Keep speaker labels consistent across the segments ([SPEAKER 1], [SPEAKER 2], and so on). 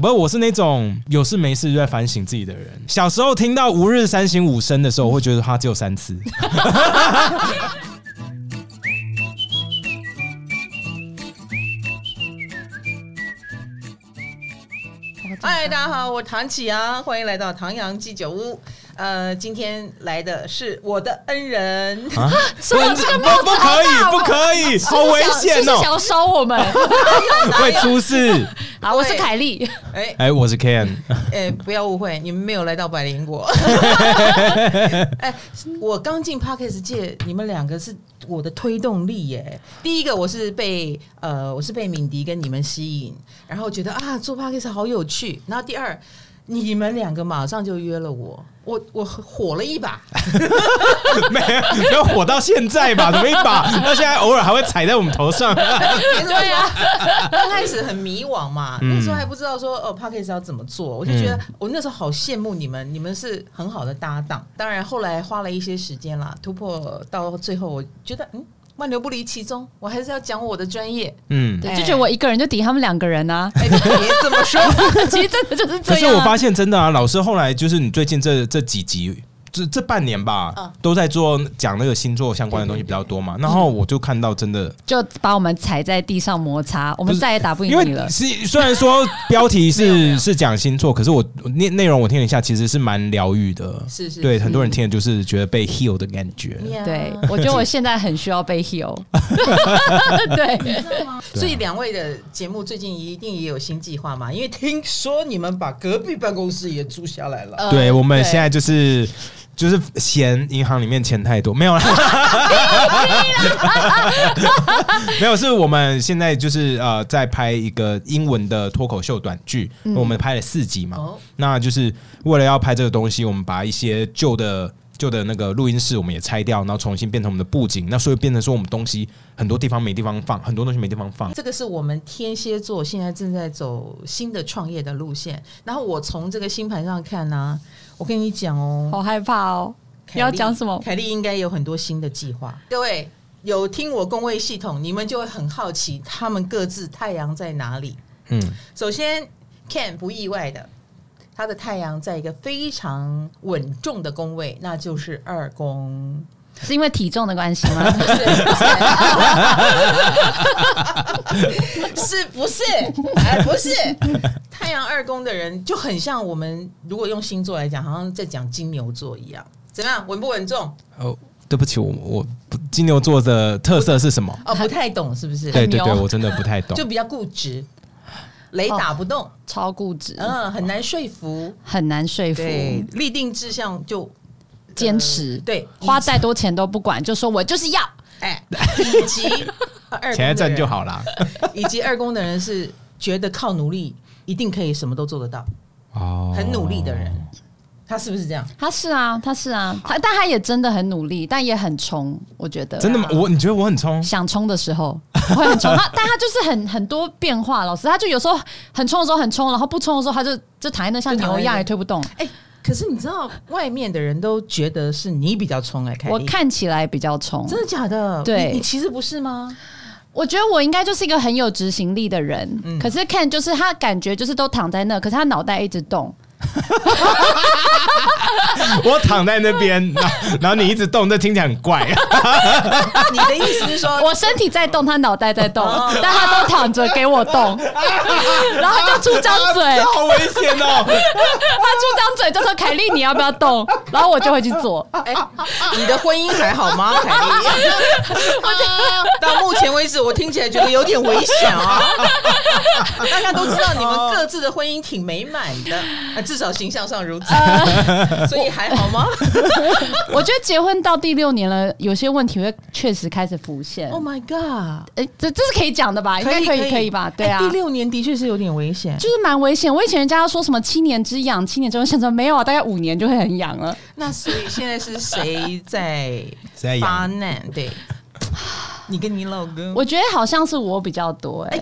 [SPEAKER 1] 不，我是那种有事没事就在反省自己的人。小时候听到“吾日三省吾身”的时候，我会觉得它只有三 次。
[SPEAKER 2] 嗨，大家好，我唐启阳，欢迎来到唐阳鸡酒屋。呃，今天来的是我的恩人，
[SPEAKER 1] 啊，
[SPEAKER 3] 所以这个
[SPEAKER 1] 不不可以，不可以，好危
[SPEAKER 3] 哦啊是
[SPEAKER 1] 险
[SPEAKER 3] 不是想
[SPEAKER 1] 哦，
[SPEAKER 3] 要烧我 们。
[SPEAKER 1] 会出事。
[SPEAKER 3] 好，我是凯莉，
[SPEAKER 2] 哎
[SPEAKER 1] 哎，我是 Ken，
[SPEAKER 2] 哎，不要误会，你们没有来到百灵果。哎，我刚进 Parkes 界，你们两个是我的推动力耶。第一个，我是被呃，我是被敏迪跟你们吸引，然后觉得啊，做 Parkes 好有趣。然后第二，你们两个马上就约了我，我我火了一把。
[SPEAKER 1] 没有没有火到现在吧？怎么一把？ 那现在偶尔还会踩在我们头上。
[SPEAKER 2] 对啊，刚开始很迷惘嘛，
[SPEAKER 1] 嗯
[SPEAKER 2] 那时候还不知道说哦 p a c k a g e 要怎么做，我就觉得我那时候好羡慕你们，你们是很好的搭档。当然后来花了一些时间啦，突破到最后，我觉得嗯，万流不离其宗，我还是要讲我的专业。
[SPEAKER 1] 嗯，
[SPEAKER 3] 对
[SPEAKER 2] 哎
[SPEAKER 3] 就觉得我一个人就抵他们两个人 啊。
[SPEAKER 2] 哎，你别这么说，
[SPEAKER 3] 其实真的就是这
[SPEAKER 1] 可
[SPEAKER 3] 样。啊
[SPEAKER 1] 是我发现真的啊，老师后来就是你最近这这几集。这这半年吧，
[SPEAKER 2] 嗯
[SPEAKER 1] 都在做讲那个星座相关的东西比较多嘛。
[SPEAKER 3] 嗯
[SPEAKER 1] 然后我就看到，真的
[SPEAKER 3] 就把我们踩在地上摩擦，我
[SPEAKER 1] 不
[SPEAKER 3] 们
[SPEAKER 1] 是
[SPEAKER 3] 再也打不
[SPEAKER 1] 因
[SPEAKER 3] 赢你
[SPEAKER 1] 为
[SPEAKER 3] 了。
[SPEAKER 1] 是虽然 说标题
[SPEAKER 2] 没有没有
[SPEAKER 1] 是是讲星座，可是我内内容我听了一下，其实是蛮疗愈的。
[SPEAKER 2] 是是
[SPEAKER 1] 对
[SPEAKER 2] 是
[SPEAKER 1] 很多人听了就是觉得被 heal 的感觉。
[SPEAKER 2] Yeah
[SPEAKER 3] 对，我觉得我现在很需要被 heal。对，
[SPEAKER 2] 所以两位的节目最近一定也有新计划嘛？因为听说你们把隔壁办公室也租下来了。
[SPEAKER 3] 呃
[SPEAKER 1] 对我们现在就是就是嫌银行里面钱太多，没有啦，没有，是我们现在就是呃在拍一个英文的脱口秀短剧，我们拍了四集嘛，
[SPEAKER 2] 哦
[SPEAKER 1] 那就是为了要拍这个东西，我们把一些旧的。旧的那个录音室我们也拆掉，然后重新变成我们的布景，那所以变成说我们东西很多地方没地方放，很多东西没地方放。
[SPEAKER 2] 这个是我们天蝎座现在正在走新的创业的路线。然后我从这个星盘上看呢、我跟你讲哦，
[SPEAKER 3] 好害怕哦。
[SPEAKER 2] 凯莉
[SPEAKER 3] 你要讲什么？
[SPEAKER 2] 凯莉应该有很多新的计划。各位有听我工位系统，你们就会很好奇他们各自太阳在哪里。
[SPEAKER 1] 嗯，
[SPEAKER 2] 首先，Ken 不意外的，他的太阳在一个非常稳重的宫位，那就是二宫。
[SPEAKER 3] 是因为体重的关系 吗？
[SPEAKER 2] 不是不是是不是？哎，不是。太阳二宫的人就很像我们，如果用星座来讲，好像在讲金牛座一样。怎么样，稳不稳重？
[SPEAKER 1] 哦，对不起，我我不金牛座的特色是什么？
[SPEAKER 2] 哦，不太懂是不是？
[SPEAKER 1] 对对对，
[SPEAKER 3] 牛
[SPEAKER 1] 我真的不 太懂。
[SPEAKER 2] 就比较固执，雷打不动，
[SPEAKER 3] 超固执，
[SPEAKER 2] 嗯，很难说服。
[SPEAKER 3] 很难哦说服，
[SPEAKER 2] 对，立定志向就
[SPEAKER 3] 坚持
[SPEAKER 2] 呃对，
[SPEAKER 3] 花再多钱都不管，就说我就是要。
[SPEAKER 2] 哎，以及二宫的人
[SPEAKER 1] 前一阵就，好啦。
[SPEAKER 2] 以及二宫的人是觉得靠努力一定可以什么都做得到，
[SPEAKER 1] 哦
[SPEAKER 2] 很努力的人，他是不是这样？
[SPEAKER 3] 他是啊，他是啊，他但他也真的很努力，但也很冲，我觉得
[SPEAKER 1] 真的吗？
[SPEAKER 2] 啊
[SPEAKER 1] 我你觉得我很 冲？
[SPEAKER 3] 想冲的时候会很冲，他但 他就是很很多变化。老师，他就有时候很冲的时候很冲，然后不冲的时候他就就躺在那像
[SPEAKER 2] 就躺在
[SPEAKER 3] 牛
[SPEAKER 2] 那
[SPEAKER 3] 一样也推不动。
[SPEAKER 2] 哎、可是你知道，外面的人都觉得是你比较冲哎、凯莉哦
[SPEAKER 3] 我看起来比较冲，
[SPEAKER 2] 真的假的？
[SPEAKER 3] 对
[SPEAKER 2] 你你其实不是 吗？
[SPEAKER 3] 我觉得我应该就是一个很有执行力的人。
[SPEAKER 2] 嗯
[SPEAKER 3] 可是 Ken 就是他感觉就是都躺在那，可是他脑袋一直动。
[SPEAKER 1] 我躺在那边，然后然后你一直动，这听起来很怪。
[SPEAKER 2] 你的意思是 说，
[SPEAKER 3] 我身体在动，他脑袋在动，
[SPEAKER 2] 哦
[SPEAKER 3] 但他都躺着给 我动，然后就出张嘴，
[SPEAKER 1] 这好危险哦！
[SPEAKER 3] 他出张嘴就说：“凯莉，你要不要动？”然后我就会去做。
[SPEAKER 2] 哎、你的婚姻还好 吗，凯莉？
[SPEAKER 3] 呃
[SPEAKER 2] 到目前为止，我听起来觉得有点危险 啊。大家都知道你们各自的婚姻挺美满的，
[SPEAKER 3] 哦
[SPEAKER 2] 啊至少形象上如此，
[SPEAKER 3] 呃
[SPEAKER 2] 所以还好 吗
[SPEAKER 3] 我觉得结婚到第六年了，有些问题会确实开始浮现。
[SPEAKER 2] ？Oh my god！
[SPEAKER 3] 哎、这这是可以讲的吧？应该可以，可以吧？对啊。
[SPEAKER 2] 哎第六年的确是有点危险。
[SPEAKER 3] 就是蛮危险，我以前人家说什么七年之痒，七年之后想说没有啊，大概五年就会很痒了。
[SPEAKER 2] 那所以现在是谁在
[SPEAKER 1] 谁在养
[SPEAKER 2] 发难？对，你跟你老公，
[SPEAKER 3] 我觉得好像是我比较多 哎、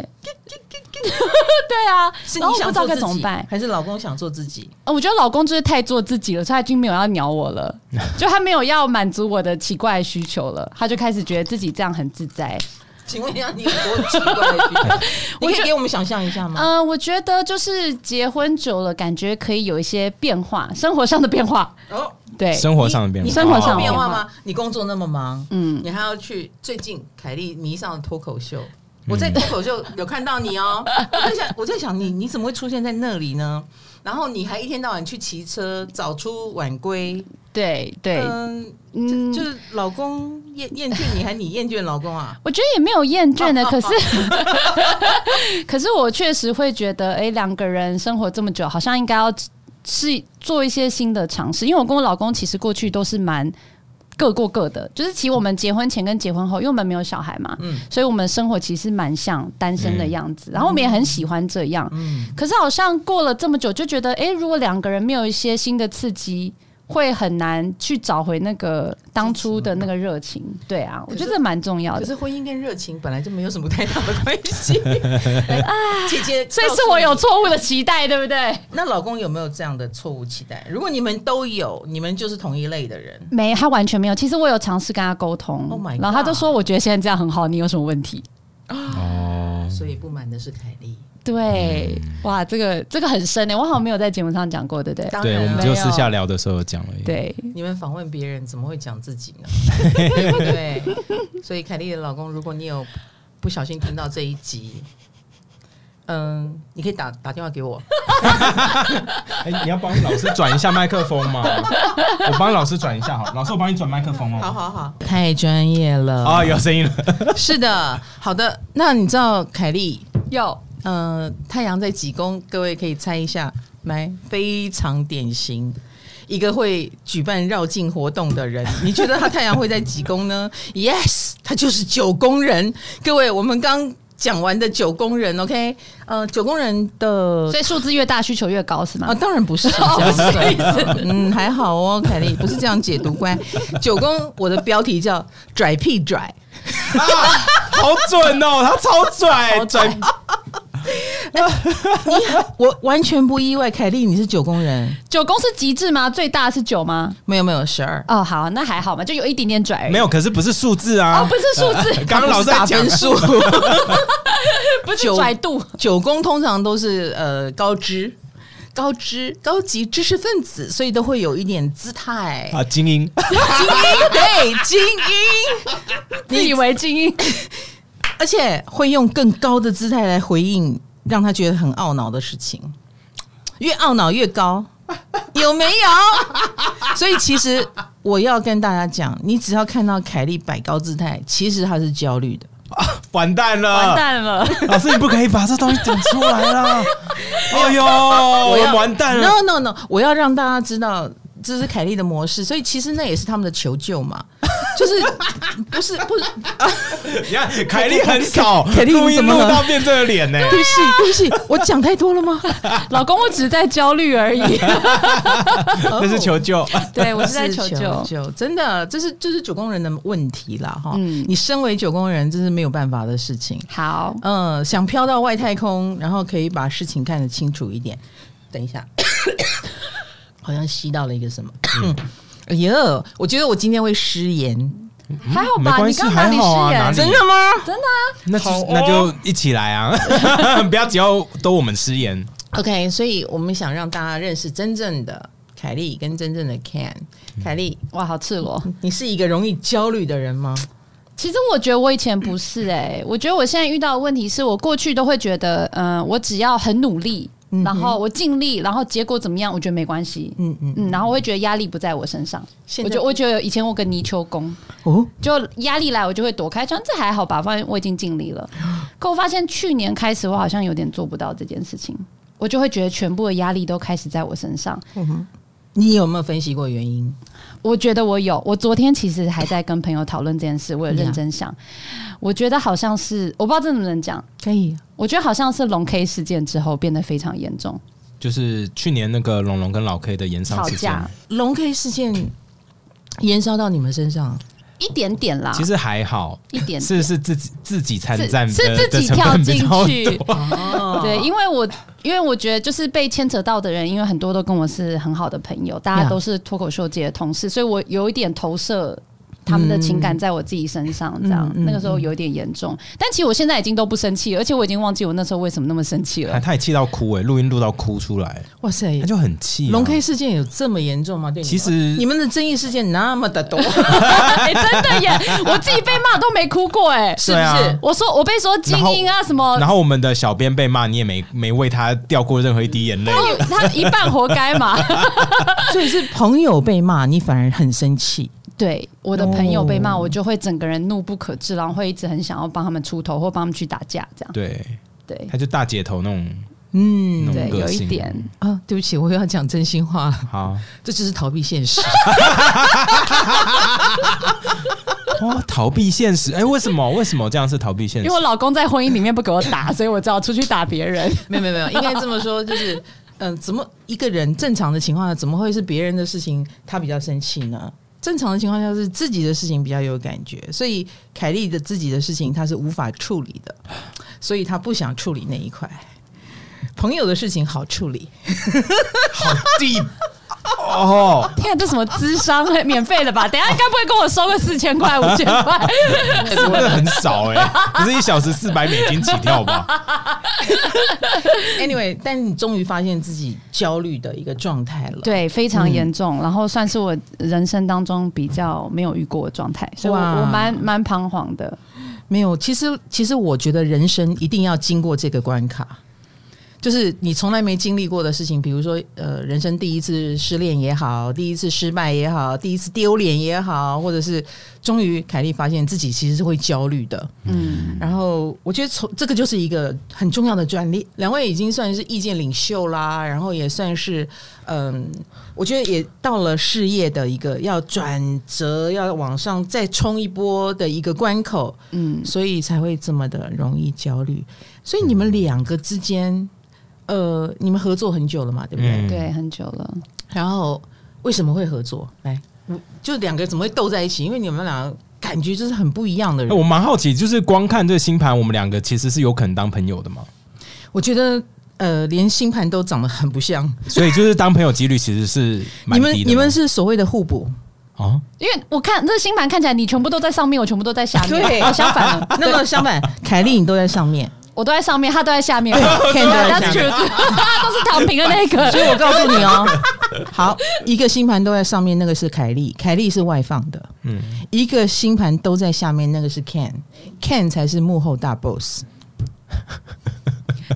[SPEAKER 3] 对啊，
[SPEAKER 2] 是你
[SPEAKER 3] 然后我不
[SPEAKER 2] 想
[SPEAKER 3] 知道
[SPEAKER 2] 做
[SPEAKER 3] 该
[SPEAKER 2] 自
[SPEAKER 3] 怎么
[SPEAKER 2] 己
[SPEAKER 3] 办，。
[SPEAKER 2] 还是老公想做自己？
[SPEAKER 3] 呃我觉得老公就是太做自己了，所以他已经没有要鸟我了，就他没有要满足我的奇怪需求了，他就开始觉得自己这样很自在。
[SPEAKER 2] 请问一下，你有多奇怪的癖好？ 你可以给我们想象一下吗？
[SPEAKER 3] 呃，我觉得就是结婚久了，感觉可以有一些变化，生活上的变 化。
[SPEAKER 2] 哦，
[SPEAKER 3] 对，
[SPEAKER 1] 生活上的变化，
[SPEAKER 2] 你
[SPEAKER 3] 生活
[SPEAKER 1] 哦
[SPEAKER 3] 上的
[SPEAKER 2] 变
[SPEAKER 3] 变
[SPEAKER 2] 化
[SPEAKER 3] 化
[SPEAKER 2] 吗？你工作那么忙，
[SPEAKER 3] 嗯，
[SPEAKER 2] 你还要去最近凯莉迷上了脱口秀。我在脱口秀有看到你 哦，我在想，我在想你你怎么会出现在那里呢？然后你还一天到晚去骑车，早出晚归，
[SPEAKER 3] 对对，
[SPEAKER 2] 嗯，
[SPEAKER 3] 嗯，
[SPEAKER 2] 就是老公厌厌倦你，还你厌倦老公啊？
[SPEAKER 3] 我觉得也没有厌倦的，可是， 可是我确实会觉得，哎、两个人生活这么久，好像应该要是做一些新的尝试。因为我跟我老公其实过去都是蛮各过各的，就是其实我们结婚前跟结婚后，因为我们没有小孩嘛，
[SPEAKER 2] 嗯
[SPEAKER 3] 所以我们生活其实蛮像单身的样子，然后我们也很喜欢这样。
[SPEAKER 2] 嗯，
[SPEAKER 3] 可是好像过了这么久，就觉得，哎、如果两个人没有一些新的刺激。会很难去找回那个当初的那个热情，对啊，我觉得这蛮重要的
[SPEAKER 2] 可。是婚姻跟热情本来就没有什么太大的关 系。哎姐姐，
[SPEAKER 3] 啊所以是我有。错误的期待，对不对？
[SPEAKER 2] 那老公有没有这样的错误期待？如果你们都有，你们就是同一类的人。
[SPEAKER 3] 没，他完全没有。其实我有尝试跟他沟通
[SPEAKER 2] Oh my god
[SPEAKER 3] 然后他就说：“我觉得现在这样很好，你有什么问题
[SPEAKER 1] 哦，
[SPEAKER 2] 所以不满的是凯莉，？”
[SPEAKER 3] 对，
[SPEAKER 2] 嗯
[SPEAKER 3] 哇，这个这个很深诶，欸我好像没有在节目上讲过，对不对？
[SPEAKER 2] 当
[SPEAKER 1] 对，我们
[SPEAKER 2] 然了
[SPEAKER 1] 就私下聊的时候有讲了，，
[SPEAKER 3] 对，
[SPEAKER 2] 你们访问别人怎么会讲自己呢？ 对，所以凯莉的老公，如果你有不小心听到这一集，嗯，你可以打打电话给我，
[SPEAKER 1] 哎，你要帮老师转一下麦克风 吗？我帮老师转一下好了，老师我帮你转麦克风
[SPEAKER 2] 好
[SPEAKER 1] 哦。
[SPEAKER 2] 好好，太专业了
[SPEAKER 1] 啊，有声音了，
[SPEAKER 2] 是的，好的，那你知道凯莉，
[SPEAKER 3] 有
[SPEAKER 2] 呃，太阳在几宫？各位可以猜一下，来，非常典型。一个会举办绕境活动的人，你觉得他太阳会在几宫呢 ？Yes，他就是九宫人。各位，我们刚讲完的九宫人，OK？呃，九宫人的
[SPEAKER 3] 所以数字越大，需求越高，是吗
[SPEAKER 2] 啊，？当然不是这
[SPEAKER 3] 哦
[SPEAKER 2] 样
[SPEAKER 3] 不是这个意
[SPEAKER 2] 思。嗯，还好哦，凯莉不是这样解读乖。九宫，我的标题叫“拽屁拽”。
[SPEAKER 1] 啊好准哦，他超拽，拽
[SPEAKER 2] 我完全不意外，凯莉你是九宫人，
[SPEAKER 3] 九宫是极致吗？最大是九吗？
[SPEAKER 2] 没有没有十二，
[SPEAKER 3] 哦，好，那还好嘛，就有一点点拽而已，
[SPEAKER 1] 没有，可是不是数字啊，
[SPEAKER 3] 哦，不是数字，
[SPEAKER 1] 刚刚老师在
[SPEAKER 2] 打
[SPEAKER 1] 讲
[SPEAKER 2] 分数。
[SPEAKER 1] 呃
[SPEAKER 3] 不是
[SPEAKER 2] 九
[SPEAKER 3] 拽度，
[SPEAKER 2] 九宫通常都是呃高知、高知、高级知识分子，所以都会有一点姿态。
[SPEAKER 1] 啊，精英，
[SPEAKER 2] 精英对精英，
[SPEAKER 3] 自以为精英，
[SPEAKER 2] 而且会用更高的姿态来回应让他觉得很懊恼的事情，越懊恼越高，有没有？所以其实我要跟大家讲，你只要看到凯莉摆高姿态，其实她是焦虑的。
[SPEAKER 1] 完蛋了，
[SPEAKER 3] 完 蛋了。
[SPEAKER 1] 老师，你不可以把这东西讲出来啦！ 哎呦，我
[SPEAKER 2] 要
[SPEAKER 1] 们完蛋了！
[SPEAKER 2] No No No，我要让大家知道这是凯莉的模式，所以其实那也是他们的求救嘛， 就是不是不是，
[SPEAKER 1] 你看， 凯莉很少，
[SPEAKER 2] 凯莉
[SPEAKER 1] 录
[SPEAKER 2] 你
[SPEAKER 1] 音
[SPEAKER 2] 怎么
[SPEAKER 1] 录
[SPEAKER 2] 了
[SPEAKER 1] 到变这个脸
[SPEAKER 3] 啊
[SPEAKER 1] 呢、
[SPEAKER 2] 对不起对不起，我讲太多了吗？
[SPEAKER 3] 老公，我只是在焦虑而已。
[SPEAKER 1] 那是求救。
[SPEAKER 3] 对我是在
[SPEAKER 2] 哦是
[SPEAKER 3] 求
[SPEAKER 2] 求
[SPEAKER 3] 救，
[SPEAKER 2] 救，真的，这是这是九宫人的问题啦哈。
[SPEAKER 3] 嗯
[SPEAKER 2] 你身为九宫人，这是没有办法的事情。
[SPEAKER 3] 好，
[SPEAKER 2] 嗯，想飘到外太空，然后可以把事情看得清楚一点。等一下， 好像吸到了一个什么。
[SPEAKER 1] 嗯
[SPEAKER 2] 哎呀，我觉得我今天会失言，
[SPEAKER 3] 还好
[SPEAKER 1] 嗯没
[SPEAKER 3] 吧？
[SPEAKER 1] 关
[SPEAKER 3] 你
[SPEAKER 1] 系
[SPEAKER 3] 刚哪里
[SPEAKER 1] 还好啊
[SPEAKER 3] 失
[SPEAKER 1] 哪
[SPEAKER 3] 言
[SPEAKER 1] 里？
[SPEAKER 2] 真的吗？
[SPEAKER 3] 真的啊，
[SPEAKER 1] 那就
[SPEAKER 2] 好哦
[SPEAKER 1] 那就一起来啊！ 不要只要都我们失言，
[SPEAKER 2] OK，所以我们想让大家认识真正的凯莉跟真正的 Can。凯莉，
[SPEAKER 3] 哇，好赤裸。
[SPEAKER 2] 你是一个容易焦虑的人吗？
[SPEAKER 3] 其实我觉得我以前不是哎、我觉得我现在遇到的问题是我过去都会觉得，嗯、我只要很努力，然后我尽力，然后结果怎么样，我觉得没关系。
[SPEAKER 2] 嗯嗯，
[SPEAKER 3] 嗯，然后我会觉得压力不在我身上。
[SPEAKER 2] 现
[SPEAKER 3] 我
[SPEAKER 2] 在
[SPEAKER 3] 觉得我觉得以前我跟泥鳅公，
[SPEAKER 2] 哦，
[SPEAKER 3] 就压力来我就会躲开，想这还好吧，反正我已经尽力了。可我发现去年开始，我好像有点做不到这件事情，我就会觉得全部的压力都开始在我身上。
[SPEAKER 2] 你有没有分析过原因？
[SPEAKER 3] 我觉得我有，我昨天其实还在跟朋友讨论这件事，我有认真想。我觉得好像是，我不知道这能不能讲。
[SPEAKER 2] 可以，啊
[SPEAKER 3] 我觉得好像是龙 K 事件之后变得非常严重，
[SPEAKER 1] 就是去年那个龙龙跟老 K 的延上
[SPEAKER 3] 吵
[SPEAKER 1] 事件，
[SPEAKER 3] 架
[SPEAKER 2] 龙 K 事件延烧到你们身上，
[SPEAKER 3] 一点点啦，
[SPEAKER 1] 其实还好，
[SPEAKER 3] 一点点
[SPEAKER 1] 是是自己自己参
[SPEAKER 3] 是
[SPEAKER 1] 战的，
[SPEAKER 3] 是自
[SPEAKER 1] 的
[SPEAKER 3] 己
[SPEAKER 1] 成
[SPEAKER 3] 跳
[SPEAKER 1] 分比
[SPEAKER 3] 进
[SPEAKER 1] 较
[SPEAKER 3] 去
[SPEAKER 1] 多，
[SPEAKER 2] 哦，
[SPEAKER 3] 对，因为我因为我觉得就是被牵扯到的人，因为很多都跟我是很好的朋友，大家
[SPEAKER 2] Yeah
[SPEAKER 3] 都是脱口秀界的同事，所以我有一点投射他们的情
[SPEAKER 1] 嗯
[SPEAKER 3] 感在我自己身上，这样、
[SPEAKER 2] 嗯嗯
[SPEAKER 3] 那个时候有点严重。但其实我现在已经都不生气了，而且我已经忘记我那时候为什么那么生气
[SPEAKER 1] 他
[SPEAKER 3] 了。
[SPEAKER 1] 他也气到哭哎、录音录到哭出来，
[SPEAKER 2] 哇塞
[SPEAKER 1] 他，就很气、啊。
[SPEAKER 2] 龙 K 事件有这么严重吗？对你们，哦
[SPEAKER 1] 其实
[SPEAKER 2] 你们的争议事件那么的多，
[SPEAKER 3] 哎、真的耶，我自己被骂都没哭过哎。
[SPEAKER 2] 是
[SPEAKER 1] 对啊
[SPEAKER 2] 不是？
[SPEAKER 3] 我说我被说精英啊什么，
[SPEAKER 1] 然后我们的小编被骂，你也没没为他掉过任何一滴眼泪。
[SPEAKER 3] 他他一半活该嘛。
[SPEAKER 2] 所以是朋友被骂，你反而很生气。
[SPEAKER 3] 对我的朋友被骂，
[SPEAKER 1] 哦
[SPEAKER 3] 我就会整个人怒不可遏，然后会一直很想要帮他们出头或帮他们去打架，这样
[SPEAKER 1] 对，
[SPEAKER 3] 对
[SPEAKER 1] 他就大姐头那种
[SPEAKER 2] 嗯
[SPEAKER 1] 那
[SPEAKER 3] 对，
[SPEAKER 1] 种
[SPEAKER 3] 有
[SPEAKER 1] 个
[SPEAKER 3] 一
[SPEAKER 1] 性。
[SPEAKER 3] 点。
[SPEAKER 2] 啊，对不起，我又要讲真心话了，
[SPEAKER 1] 好
[SPEAKER 2] 这就是逃避现实。
[SPEAKER 1] 哇，逃避现实。哎、为什么 为什么这样是逃避现
[SPEAKER 3] 因
[SPEAKER 1] 实
[SPEAKER 3] 为？我老公在婚姻里面不给我打，所以我只好出去打别 人。
[SPEAKER 2] 没有没有没有，应该这么说，就是 嗯、呃怎么一个人正常的情况下，怎么会是别人的事情他比较生气呢？正常的情况下是自己的事情比较有感觉，所以凯莉的自己的事情她是无法处理的，所以她不想处理那一块。朋友的事情好处理，
[SPEAKER 1] 好 deep 哦，
[SPEAKER 3] 天啊，这什么智商？哎免费的吧？等一下该不会跟我收个四千块、五千 块？
[SPEAKER 1] 哎真的很少哎、不是一小时四百美金起跳 吧？
[SPEAKER 2] Anyway，但你终于发现自己焦虑的一个状态了。
[SPEAKER 3] 对，非常严
[SPEAKER 1] 嗯
[SPEAKER 3] 重，然后算是我人生当中比较没有遇过的状态，所以我
[SPEAKER 2] 哇
[SPEAKER 3] 我蛮蛮彷徨的。
[SPEAKER 2] 没有，其实其实我觉得人生一定要经过这个关卡，就是你从来没经历过的事情，比如说呃，人生第一次失恋也好，第一次失败也好，第一次丢脸也好，或者是终于凯莉发现自己其实是会焦虑的，
[SPEAKER 3] 嗯，
[SPEAKER 2] 然后我觉得从这个就是一个很重要的专利，两位已经算是意见领袖啦，然后也算是嗯，我觉得也到了事业的一个要转折、要往上再冲一波的一个关口，
[SPEAKER 3] 嗯，
[SPEAKER 2] 所以才会这么的容易焦虑。所以你们两个之间，呃，你们合作很久了嘛，对不对？
[SPEAKER 1] 嗯
[SPEAKER 3] 对，很久了。
[SPEAKER 2] 然后为什么会合作？来，我就两个人怎么会斗在一起？因为你们俩感觉就是很不一样的人
[SPEAKER 1] 哎。我蛮好奇，就是光看这个星盘，我们两个其实是有可能当朋友的嘛？
[SPEAKER 2] 我觉得呃，连星盘都长得很不像。
[SPEAKER 1] 所以就是当朋友几率其实是蛮低的
[SPEAKER 2] 你们
[SPEAKER 1] 嘛。
[SPEAKER 2] 你们是所谓的互补，
[SPEAKER 1] 哦，
[SPEAKER 3] 因为我看这星盘看起来，你全部都在上面，我全部都在下面，
[SPEAKER 2] 对
[SPEAKER 3] 哦相反了，
[SPEAKER 2] 那么 相反，凯莉你都在上面，
[SPEAKER 3] 我都在上面，他都在下面。
[SPEAKER 2] Ken 哎都在
[SPEAKER 3] That's
[SPEAKER 2] 下
[SPEAKER 3] true，
[SPEAKER 2] 面。
[SPEAKER 3] 他都是躺平的那个。
[SPEAKER 2] 所以我告诉你哦，好，一个星盘都在上面，那个是凯莉，凯莉是外放的；
[SPEAKER 1] 嗯，
[SPEAKER 2] 一个星盘都在下面，那个是 Ken，Ken 才是幕后大 boss。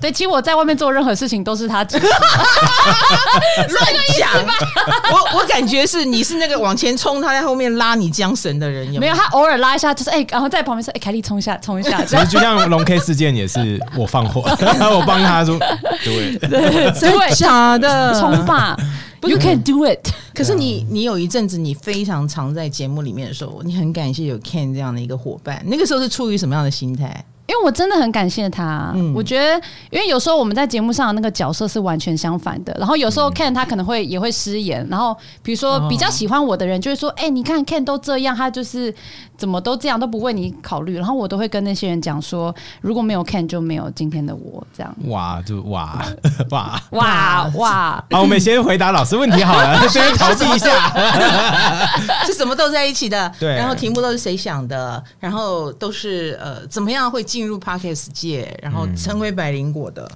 [SPEAKER 3] 对，其实我在外面做任何事情都是他 指示。
[SPEAKER 2] 乱讲， 我我感觉是你是那个往前冲，他在后面拉你缰绳的人，有
[SPEAKER 3] 没
[SPEAKER 2] 没
[SPEAKER 3] 有，
[SPEAKER 2] 有？
[SPEAKER 3] 他偶尔拉一下，就是哎、然后在旁边说，哎、凯莉冲一下，冲一 下，
[SPEAKER 1] 其实就像龙 K 事件也是我放火， 我帮他说，对，
[SPEAKER 2] 真的假的？嗯
[SPEAKER 3] 冲吧，You can do it。
[SPEAKER 2] 可是你，你有一阵子你非常常在节目里面的时候，你很感谢有 Ken 这样的一个伙伴。那个时候是出于什么样的心 态？
[SPEAKER 3] 因为我真的很感谢他，啊
[SPEAKER 2] 嗯
[SPEAKER 3] 我觉得，因为有时候我们在节目上的那个角色是完全相反的，然后有时候 Ken 他可能会也会失言，然后比如说
[SPEAKER 2] 哦
[SPEAKER 3] 比较喜欢我的人就会说，哎、你看 Ken 都这样，他就是怎么都这样都不为你考虑，然后我都会跟那些人讲说，如果没有 Ken 就没有今天的我，这样，
[SPEAKER 1] 哇，就哇 哇。
[SPEAKER 3] 哇哇，
[SPEAKER 1] 好，我们先回答老师问题好了， 先逃避一下。
[SPEAKER 2] 是什么都在一起的，
[SPEAKER 1] 对
[SPEAKER 2] 然后题目都是谁想的，然后都是呃怎么样会进入 Podcast 界，然
[SPEAKER 1] 嗯
[SPEAKER 2] 后成为百灵果的。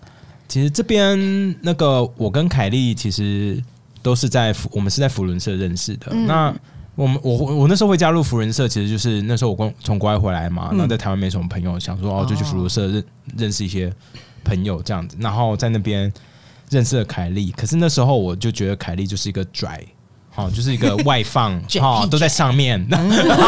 [SPEAKER 1] 其实这边那个我跟凯莉其实都是在福我们是在福伦社认识的。
[SPEAKER 2] 嗯
[SPEAKER 1] 那我们我我那时候会加入福伦社，其实就是那时候我刚从国外回来
[SPEAKER 2] 嗯
[SPEAKER 1] 嘛，然后在台湾没什么朋友，想说哦就去福伦社认认识一些朋友这样子，然后在那边认识了凯莉。可是那时候我就觉得凯莉就是一个拽。 哦，就是一个外放
[SPEAKER 2] 拽
[SPEAKER 1] 哦，
[SPEAKER 2] 屁
[SPEAKER 1] 都在上面，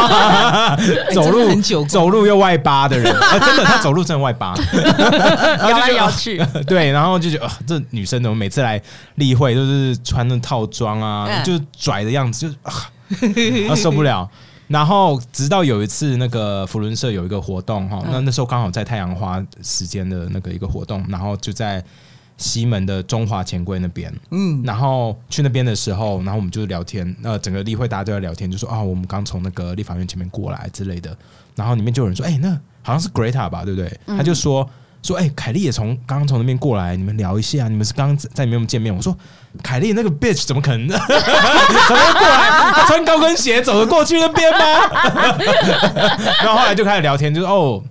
[SPEAKER 1] 走
[SPEAKER 2] 哎真
[SPEAKER 1] 路
[SPEAKER 2] 的很久
[SPEAKER 1] 走路又外八的人，啊、真的，他走路真的外 八，
[SPEAKER 3] 摇来
[SPEAKER 1] 哦
[SPEAKER 3] 摇去，
[SPEAKER 1] 对，然后就觉得、啊，这女生怎么每次来例会都是穿着套装啊，
[SPEAKER 2] 嗯
[SPEAKER 1] 就是拽的样子，就是啊啊受不了。然后直到有一次，那个福伦社有一个活动哈，
[SPEAKER 2] 嗯
[SPEAKER 1] 那那时候刚好在太阳花时间的那个一个活动，然后就在西门的中华钱柜那边，
[SPEAKER 2] 嗯，
[SPEAKER 1] 然后去那边的时候，然后我们就聊天，呃，整个例会大家都在聊天，就说啊，我们刚从那个立法院前面过来之类的。然后里面就有人说，哎、那好像是 Greta 吧，对不对？他就说，说：“哎、凯莉也从刚刚从那边过来，你们聊一下，你们是刚刚在里面有没有见面？”我说：“凯莉那个 bitch 怎么可能怎么会过来？她穿高跟鞋走得过去那边吗？” 然后后来就开始聊天，就是哦，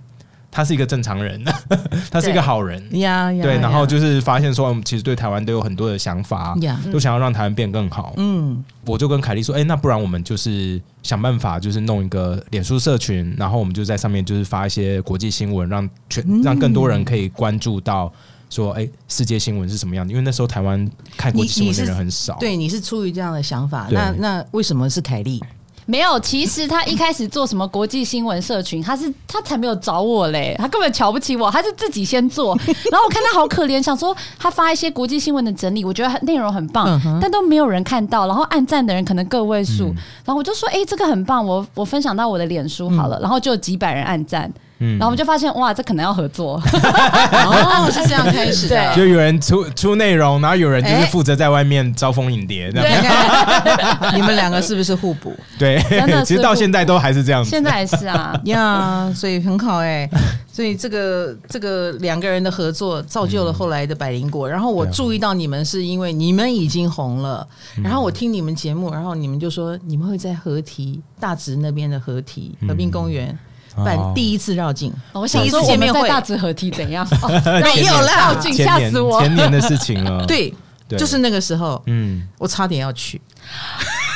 [SPEAKER 1] 他是一个正常人， 他是一个好人，
[SPEAKER 2] 呀呀，
[SPEAKER 1] 对，然后
[SPEAKER 2] 呀
[SPEAKER 1] 就是发现说，我们其实对台湾都有很多的想法啊
[SPEAKER 2] 呀，
[SPEAKER 1] 都想要让台湾变更好。
[SPEAKER 2] 嗯
[SPEAKER 1] 我就跟凯莉说，哎、那不然我们就是想办法，就是弄一个脸书社群，然后我们就在上面就是发一些国际新闻，让全让更多人可以关注到说，哎、世界新闻是什么样的？因为那时候台湾看国际新闻的人很少，
[SPEAKER 2] 对，你是出于这样的想法，
[SPEAKER 1] 对
[SPEAKER 2] 那那为什么是 凯莉？
[SPEAKER 3] 没有，其实他一开始做什么国际新闻社群，他是他才没有找我嘞，他根本瞧不起我，他是自己先做。然后我看他好可怜，想说他发一些国际新闻的整理，我觉得内容很棒，
[SPEAKER 2] 嗯哼
[SPEAKER 3] 但都没有人看到，然后按赞的人可能个位
[SPEAKER 1] 嗯
[SPEAKER 3] 数。然后我就说，哎、这个很棒，我我分享到我的脸书好了，然后就有几百人按赞，
[SPEAKER 1] 嗯
[SPEAKER 3] 然后我们就发现哇，这可能要 合作。
[SPEAKER 2] 哦，是这样开始的，
[SPEAKER 1] 就有人出出内容，然后有人就是负责在外面招蜂引蝶，这样、
[SPEAKER 2] 你 看你们两个是不是互补？
[SPEAKER 3] 真的
[SPEAKER 1] 对，
[SPEAKER 3] 是
[SPEAKER 1] 其实到现在都还是这样子
[SPEAKER 3] 现。在也是啊，
[SPEAKER 2] 呀所以很好哎、所以这个这个两个人的合作造就了后来的百灵果。然后我
[SPEAKER 1] 对啊
[SPEAKER 2] 注意到你们是因为你们已经红了，
[SPEAKER 1] 嗯
[SPEAKER 2] 然后我听你们节目，然后你们就说你们会在合体大直那边的合体
[SPEAKER 1] 嗯
[SPEAKER 2] 和平公园
[SPEAKER 1] 哦
[SPEAKER 2] 办第一次绕境，
[SPEAKER 3] 我想说
[SPEAKER 2] 第一次
[SPEAKER 3] 我
[SPEAKER 2] 见面
[SPEAKER 3] 们
[SPEAKER 2] 会
[SPEAKER 3] 在大直合体怎样？哦、
[SPEAKER 2] 没有啦
[SPEAKER 3] 绕境
[SPEAKER 1] 哦前
[SPEAKER 3] 吓
[SPEAKER 1] 年
[SPEAKER 3] 死我！
[SPEAKER 1] 前年的事情了，
[SPEAKER 2] 对，
[SPEAKER 1] 嗯对，
[SPEAKER 2] 就是那个时候，
[SPEAKER 1] 嗯，
[SPEAKER 2] 我差点要去，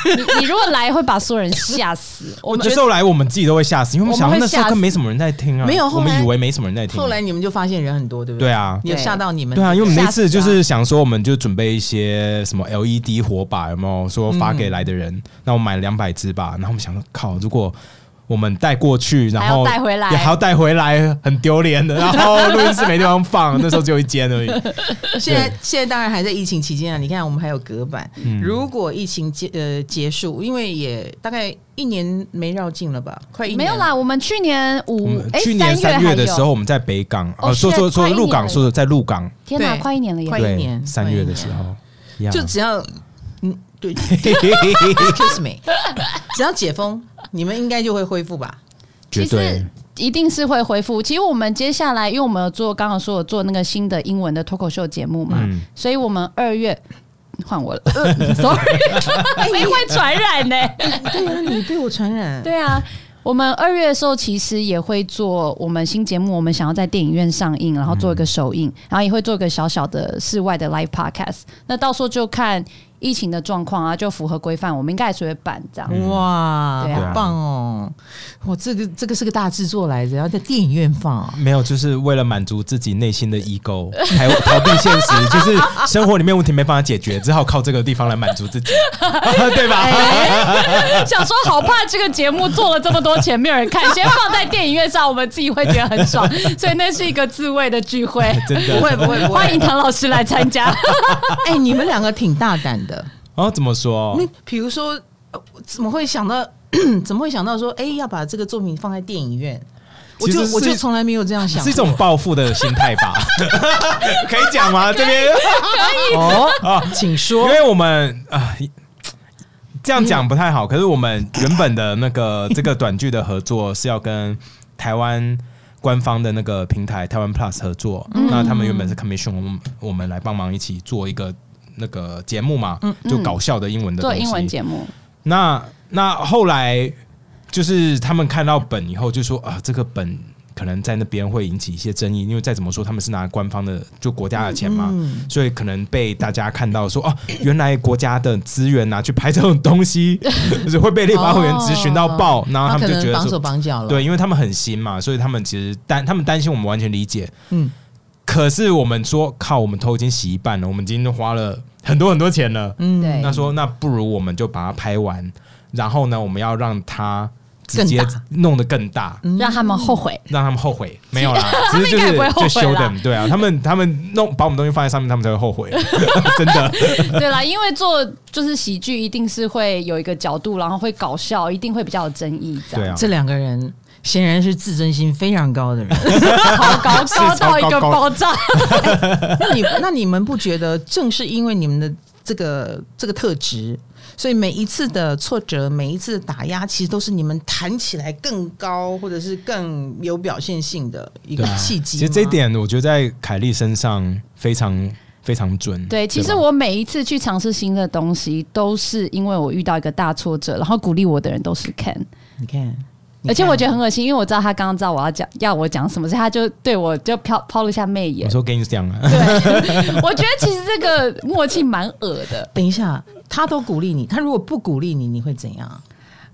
[SPEAKER 3] 你你如果来会把所有人吓死，我
[SPEAKER 1] 我
[SPEAKER 3] 们
[SPEAKER 1] 觉得后来我们自己都会吓死，因为我们想
[SPEAKER 3] 我
[SPEAKER 1] 说
[SPEAKER 3] 们
[SPEAKER 1] 那
[SPEAKER 3] 会
[SPEAKER 1] 时候
[SPEAKER 3] 吓
[SPEAKER 1] 根
[SPEAKER 3] 死
[SPEAKER 1] 本没什么人在听啊，
[SPEAKER 2] 没有
[SPEAKER 1] 我
[SPEAKER 2] 后来
[SPEAKER 1] 们以为没什么人在听，
[SPEAKER 2] 后来你们就发现人很多，对不
[SPEAKER 1] 对？啊，
[SPEAKER 2] 有吓到你们，
[SPEAKER 1] 对啊，因为我们那
[SPEAKER 3] 吓死
[SPEAKER 1] 次就
[SPEAKER 3] 啊
[SPEAKER 1] 是想说，我们就准备一些什么 LED 火把，有没有说发给来的
[SPEAKER 3] 嗯
[SPEAKER 1] 人？那我买了两百支吧，然后我们想说，靠，如果我们带过去，然后
[SPEAKER 3] 还要带回来
[SPEAKER 1] 也还要带回来，很丢脸的。然后录音室没地方放，那时候只有一间 而已。
[SPEAKER 2] 现在现在当然还在疫情期间啊，你看我们还有隔板。
[SPEAKER 1] 嗯
[SPEAKER 2] 如果疫情结呃结束，因为也大概一年没绕境了吧，快一年
[SPEAKER 3] 没有啦，我们去年
[SPEAKER 1] 我
[SPEAKER 3] 五
[SPEAKER 1] 们
[SPEAKER 3] 哎
[SPEAKER 1] 去年三
[SPEAKER 3] 三月
[SPEAKER 1] 月
[SPEAKER 3] 还
[SPEAKER 1] 的
[SPEAKER 3] 有
[SPEAKER 1] 时候，我们在北港，
[SPEAKER 3] 哦
[SPEAKER 1] 呃，说
[SPEAKER 3] 是
[SPEAKER 1] 说
[SPEAKER 3] 快
[SPEAKER 1] 说
[SPEAKER 3] 一年
[SPEAKER 1] 入港，
[SPEAKER 3] 了
[SPEAKER 1] 说在入港，
[SPEAKER 3] 天哪，
[SPEAKER 2] 对
[SPEAKER 3] 快一年了耶！
[SPEAKER 2] 快一
[SPEAKER 1] 对，
[SPEAKER 2] 年
[SPEAKER 1] 三
[SPEAKER 2] 快一
[SPEAKER 1] 月的
[SPEAKER 2] 年
[SPEAKER 1] 时候，啊
[SPEAKER 2] 就
[SPEAKER 1] 呀
[SPEAKER 2] 只要嗯对 ，kiss me，只要解封，你们应该就会恢复吧？
[SPEAKER 1] 绝
[SPEAKER 3] 其
[SPEAKER 1] 对
[SPEAKER 3] 实。一定是会恢复。其实我们接下来，因为我们有做刚刚说有做那个新的英文的脱口秀节目嘛，
[SPEAKER 1] 嗯
[SPEAKER 3] 所以我们二月换 我了、 呃、，sorry，没会传染呢、
[SPEAKER 2] 对啊，你被我传染，
[SPEAKER 3] 对啊，我们二月的时候其实也会做我们新节目，我们想要在电影院上映，然后做一
[SPEAKER 1] 嗯
[SPEAKER 3] 个首映，然后也会做一个小小的室外的 live podcast。那到时候就看疫情的状况啊，就符合规范，我们应该还是会办这样。
[SPEAKER 2] 哇，
[SPEAKER 3] 对
[SPEAKER 1] 啊
[SPEAKER 2] 好棒哦！我这个这个是个大制作来着，要在电影院放哦。
[SPEAKER 1] 没有，就是为了满足自己内心的 ego，逃 逃避现实，就是生活里面问题没办法解决，只好靠这个地方来满足自己， 对
[SPEAKER 3] 哎
[SPEAKER 1] 吧？
[SPEAKER 3] 想说好怕这个节目做了这么多钱没有人看，先放在电影院上，我们自己会觉得很爽，所以那是一个自慰的聚 会。
[SPEAKER 1] 真
[SPEAKER 2] 不
[SPEAKER 1] 的。
[SPEAKER 2] 会不会不
[SPEAKER 3] 欢
[SPEAKER 2] 会
[SPEAKER 3] 迎，唐老师来参 加，
[SPEAKER 2] 哎、你们两个挺大胆的。
[SPEAKER 1] 哦，怎么说？
[SPEAKER 2] 那比如说，呃我怎么会想到？ 怎么会想到说，哎、要把这个作品放在电影院？我
[SPEAKER 1] 其实
[SPEAKER 2] 就是我就从来没有这样想过，
[SPEAKER 1] 是一 种报复的心态吧？ 可以讲吗？这边，
[SPEAKER 2] 哦
[SPEAKER 1] 啊
[SPEAKER 2] 请
[SPEAKER 1] 因
[SPEAKER 2] 说。
[SPEAKER 1] 为我们啊。这样讲不太好，可是我们原本的那 个这个短剧的合作是要跟台湾官方的那个平台台湾 Plus 合作，
[SPEAKER 3] 嗯
[SPEAKER 1] 那他们原本是 commission 我们我们来帮忙一起做一个那个节目嘛，就搞笑的英文的
[SPEAKER 3] 嗯做
[SPEAKER 1] 东
[SPEAKER 3] 英文
[SPEAKER 1] 西
[SPEAKER 3] 节目。
[SPEAKER 1] 那那后来就是他们看到本以后就说啊，这个本可能在那边会引起一些争议，因为再怎么说他们是拿官方的就国家的钱嘛，
[SPEAKER 2] 嗯
[SPEAKER 1] 所以可能被大家看到说哦、原来国家的资源啊拿去拍这种东 西，就是会被立法委员质询到爆，然后
[SPEAKER 2] 哦他
[SPEAKER 1] 他
[SPEAKER 2] 可
[SPEAKER 1] 们就觉得
[SPEAKER 2] 能绑手
[SPEAKER 1] 说，
[SPEAKER 2] 绑脚了。
[SPEAKER 1] 对，，因为他们很新嘛，所以他们其实担他们担心我们完全理解，
[SPEAKER 2] 嗯，
[SPEAKER 1] 可是我们说靠，我们头已经洗一半了，我们已经花了很多很多钱了，
[SPEAKER 2] 嗯
[SPEAKER 3] 对
[SPEAKER 1] 那说那不如我们就把它拍完，然后呢，我们要让它直接
[SPEAKER 2] 更大
[SPEAKER 1] 弄得更大，
[SPEAKER 3] 让他们后 悔，
[SPEAKER 1] 让他们后悔。没 有啦，只是
[SPEAKER 3] 们应
[SPEAKER 1] 就
[SPEAKER 3] 该
[SPEAKER 1] 是
[SPEAKER 3] 也不会后
[SPEAKER 1] 就
[SPEAKER 3] 悔
[SPEAKER 1] 修
[SPEAKER 3] 啦
[SPEAKER 1] 的，对啊，他们他们弄把我们东西放在上面，他们才会后 悔，真的。
[SPEAKER 3] 对啦，因为做就是喜剧，一定是会有一个角度，然后会搞笑，一定会比较有争议，这
[SPEAKER 1] 对
[SPEAKER 3] 样
[SPEAKER 1] 啊，
[SPEAKER 2] 这两个人显然是自尊心非常高的人。
[SPEAKER 3] 好高
[SPEAKER 1] 是
[SPEAKER 3] 高到一
[SPEAKER 1] 超
[SPEAKER 3] 个
[SPEAKER 1] 高
[SPEAKER 3] 爆炸。
[SPEAKER 2] 那你那你们不觉得，正是因为你们的这个这个特质。所以每一次的挫折，每一次的打压，其实都是你们弹起来更高，或者是更有表现性的一个
[SPEAKER 1] 对啊
[SPEAKER 2] 契机
[SPEAKER 1] 其
[SPEAKER 2] 吗。
[SPEAKER 1] 实这一点，我觉得在凯莉身上非常非常准。
[SPEAKER 3] 对，其实
[SPEAKER 1] 吧
[SPEAKER 3] 我每一次去尝试新的东西，都是因为我遇到一个大挫折，然后鼓励我的人都是 Ken，
[SPEAKER 2] 你看，你看
[SPEAKER 3] 而且我觉得很恶心，因为我知道他刚刚知道我要讲要我讲什么，所以他就对我就抛抛了一下媚眼
[SPEAKER 1] 我。说跟你讲啊，
[SPEAKER 3] 我觉得其实这个默契蛮恶的，
[SPEAKER 2] 等一下，他都鼓励你，他如果不鼓励你，你会怎样？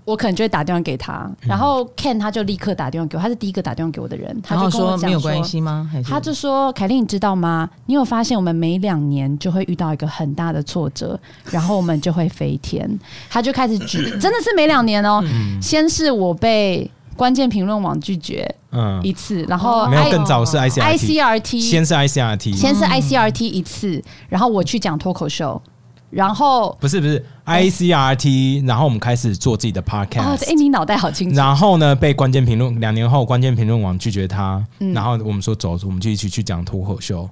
[SPEAKER 3] 我可能就会打电话给他，
[SPEAKER 2] 嗯
[SPEAKER 3] 然后 Ken 他就立刻打电话给我，他是第一个打电话给我的人，他
[SPEAKER 2] 然后
[SPEAKER 3] 就跟我
[SPEAKER 2] 说
[SPEAKER 3] 讲
[SPEAKER 2] 没有关。系吗？还是
[SPEAKER 3] 他就说：“凯莉，你知道吗？你有发现我们每两年就会遇到一个很大的挫折，然后我们就会飞天。”他就开始举，真的是每两年哦。
[SPEAKER 2] 嗯
[SPEAKER 3] 先是我被关键评论网拒绝
[SPEAKER 1] 嗯，
[SPEAKER 3] 一次，然
[SPEAKER 2] 哦
[SPEAKER 3] 后
[SPEAKER 1] 没有
[SPEAKER 3] I
[SPEAKER 1] 更早是
[SPEAKER 3] 哦 I
[SPEAKER 1] ICRT，
[SPEAKER 3] C R T
[SPEAKER 1] 先是 ICRT，
[SPEAKER 3] 先是 I C R T 一次，然后我去讲脱口秀，然后
[SPEAKER 1] 不是不是 ICRT，然后我们开始做自己的
[SPEAKER 3] 哦，
[SPEAKER 1] podcast，
[SPEAKER 3] 哎，你脑袋好清楚。
[SPEAKER 1] 然后呢被关键评论两年后关键评论网拒绝他，
[SPEAKER 3] 嗯
[SPEAKER 1] 然后我们说走，我们就一起去讲脱口秀。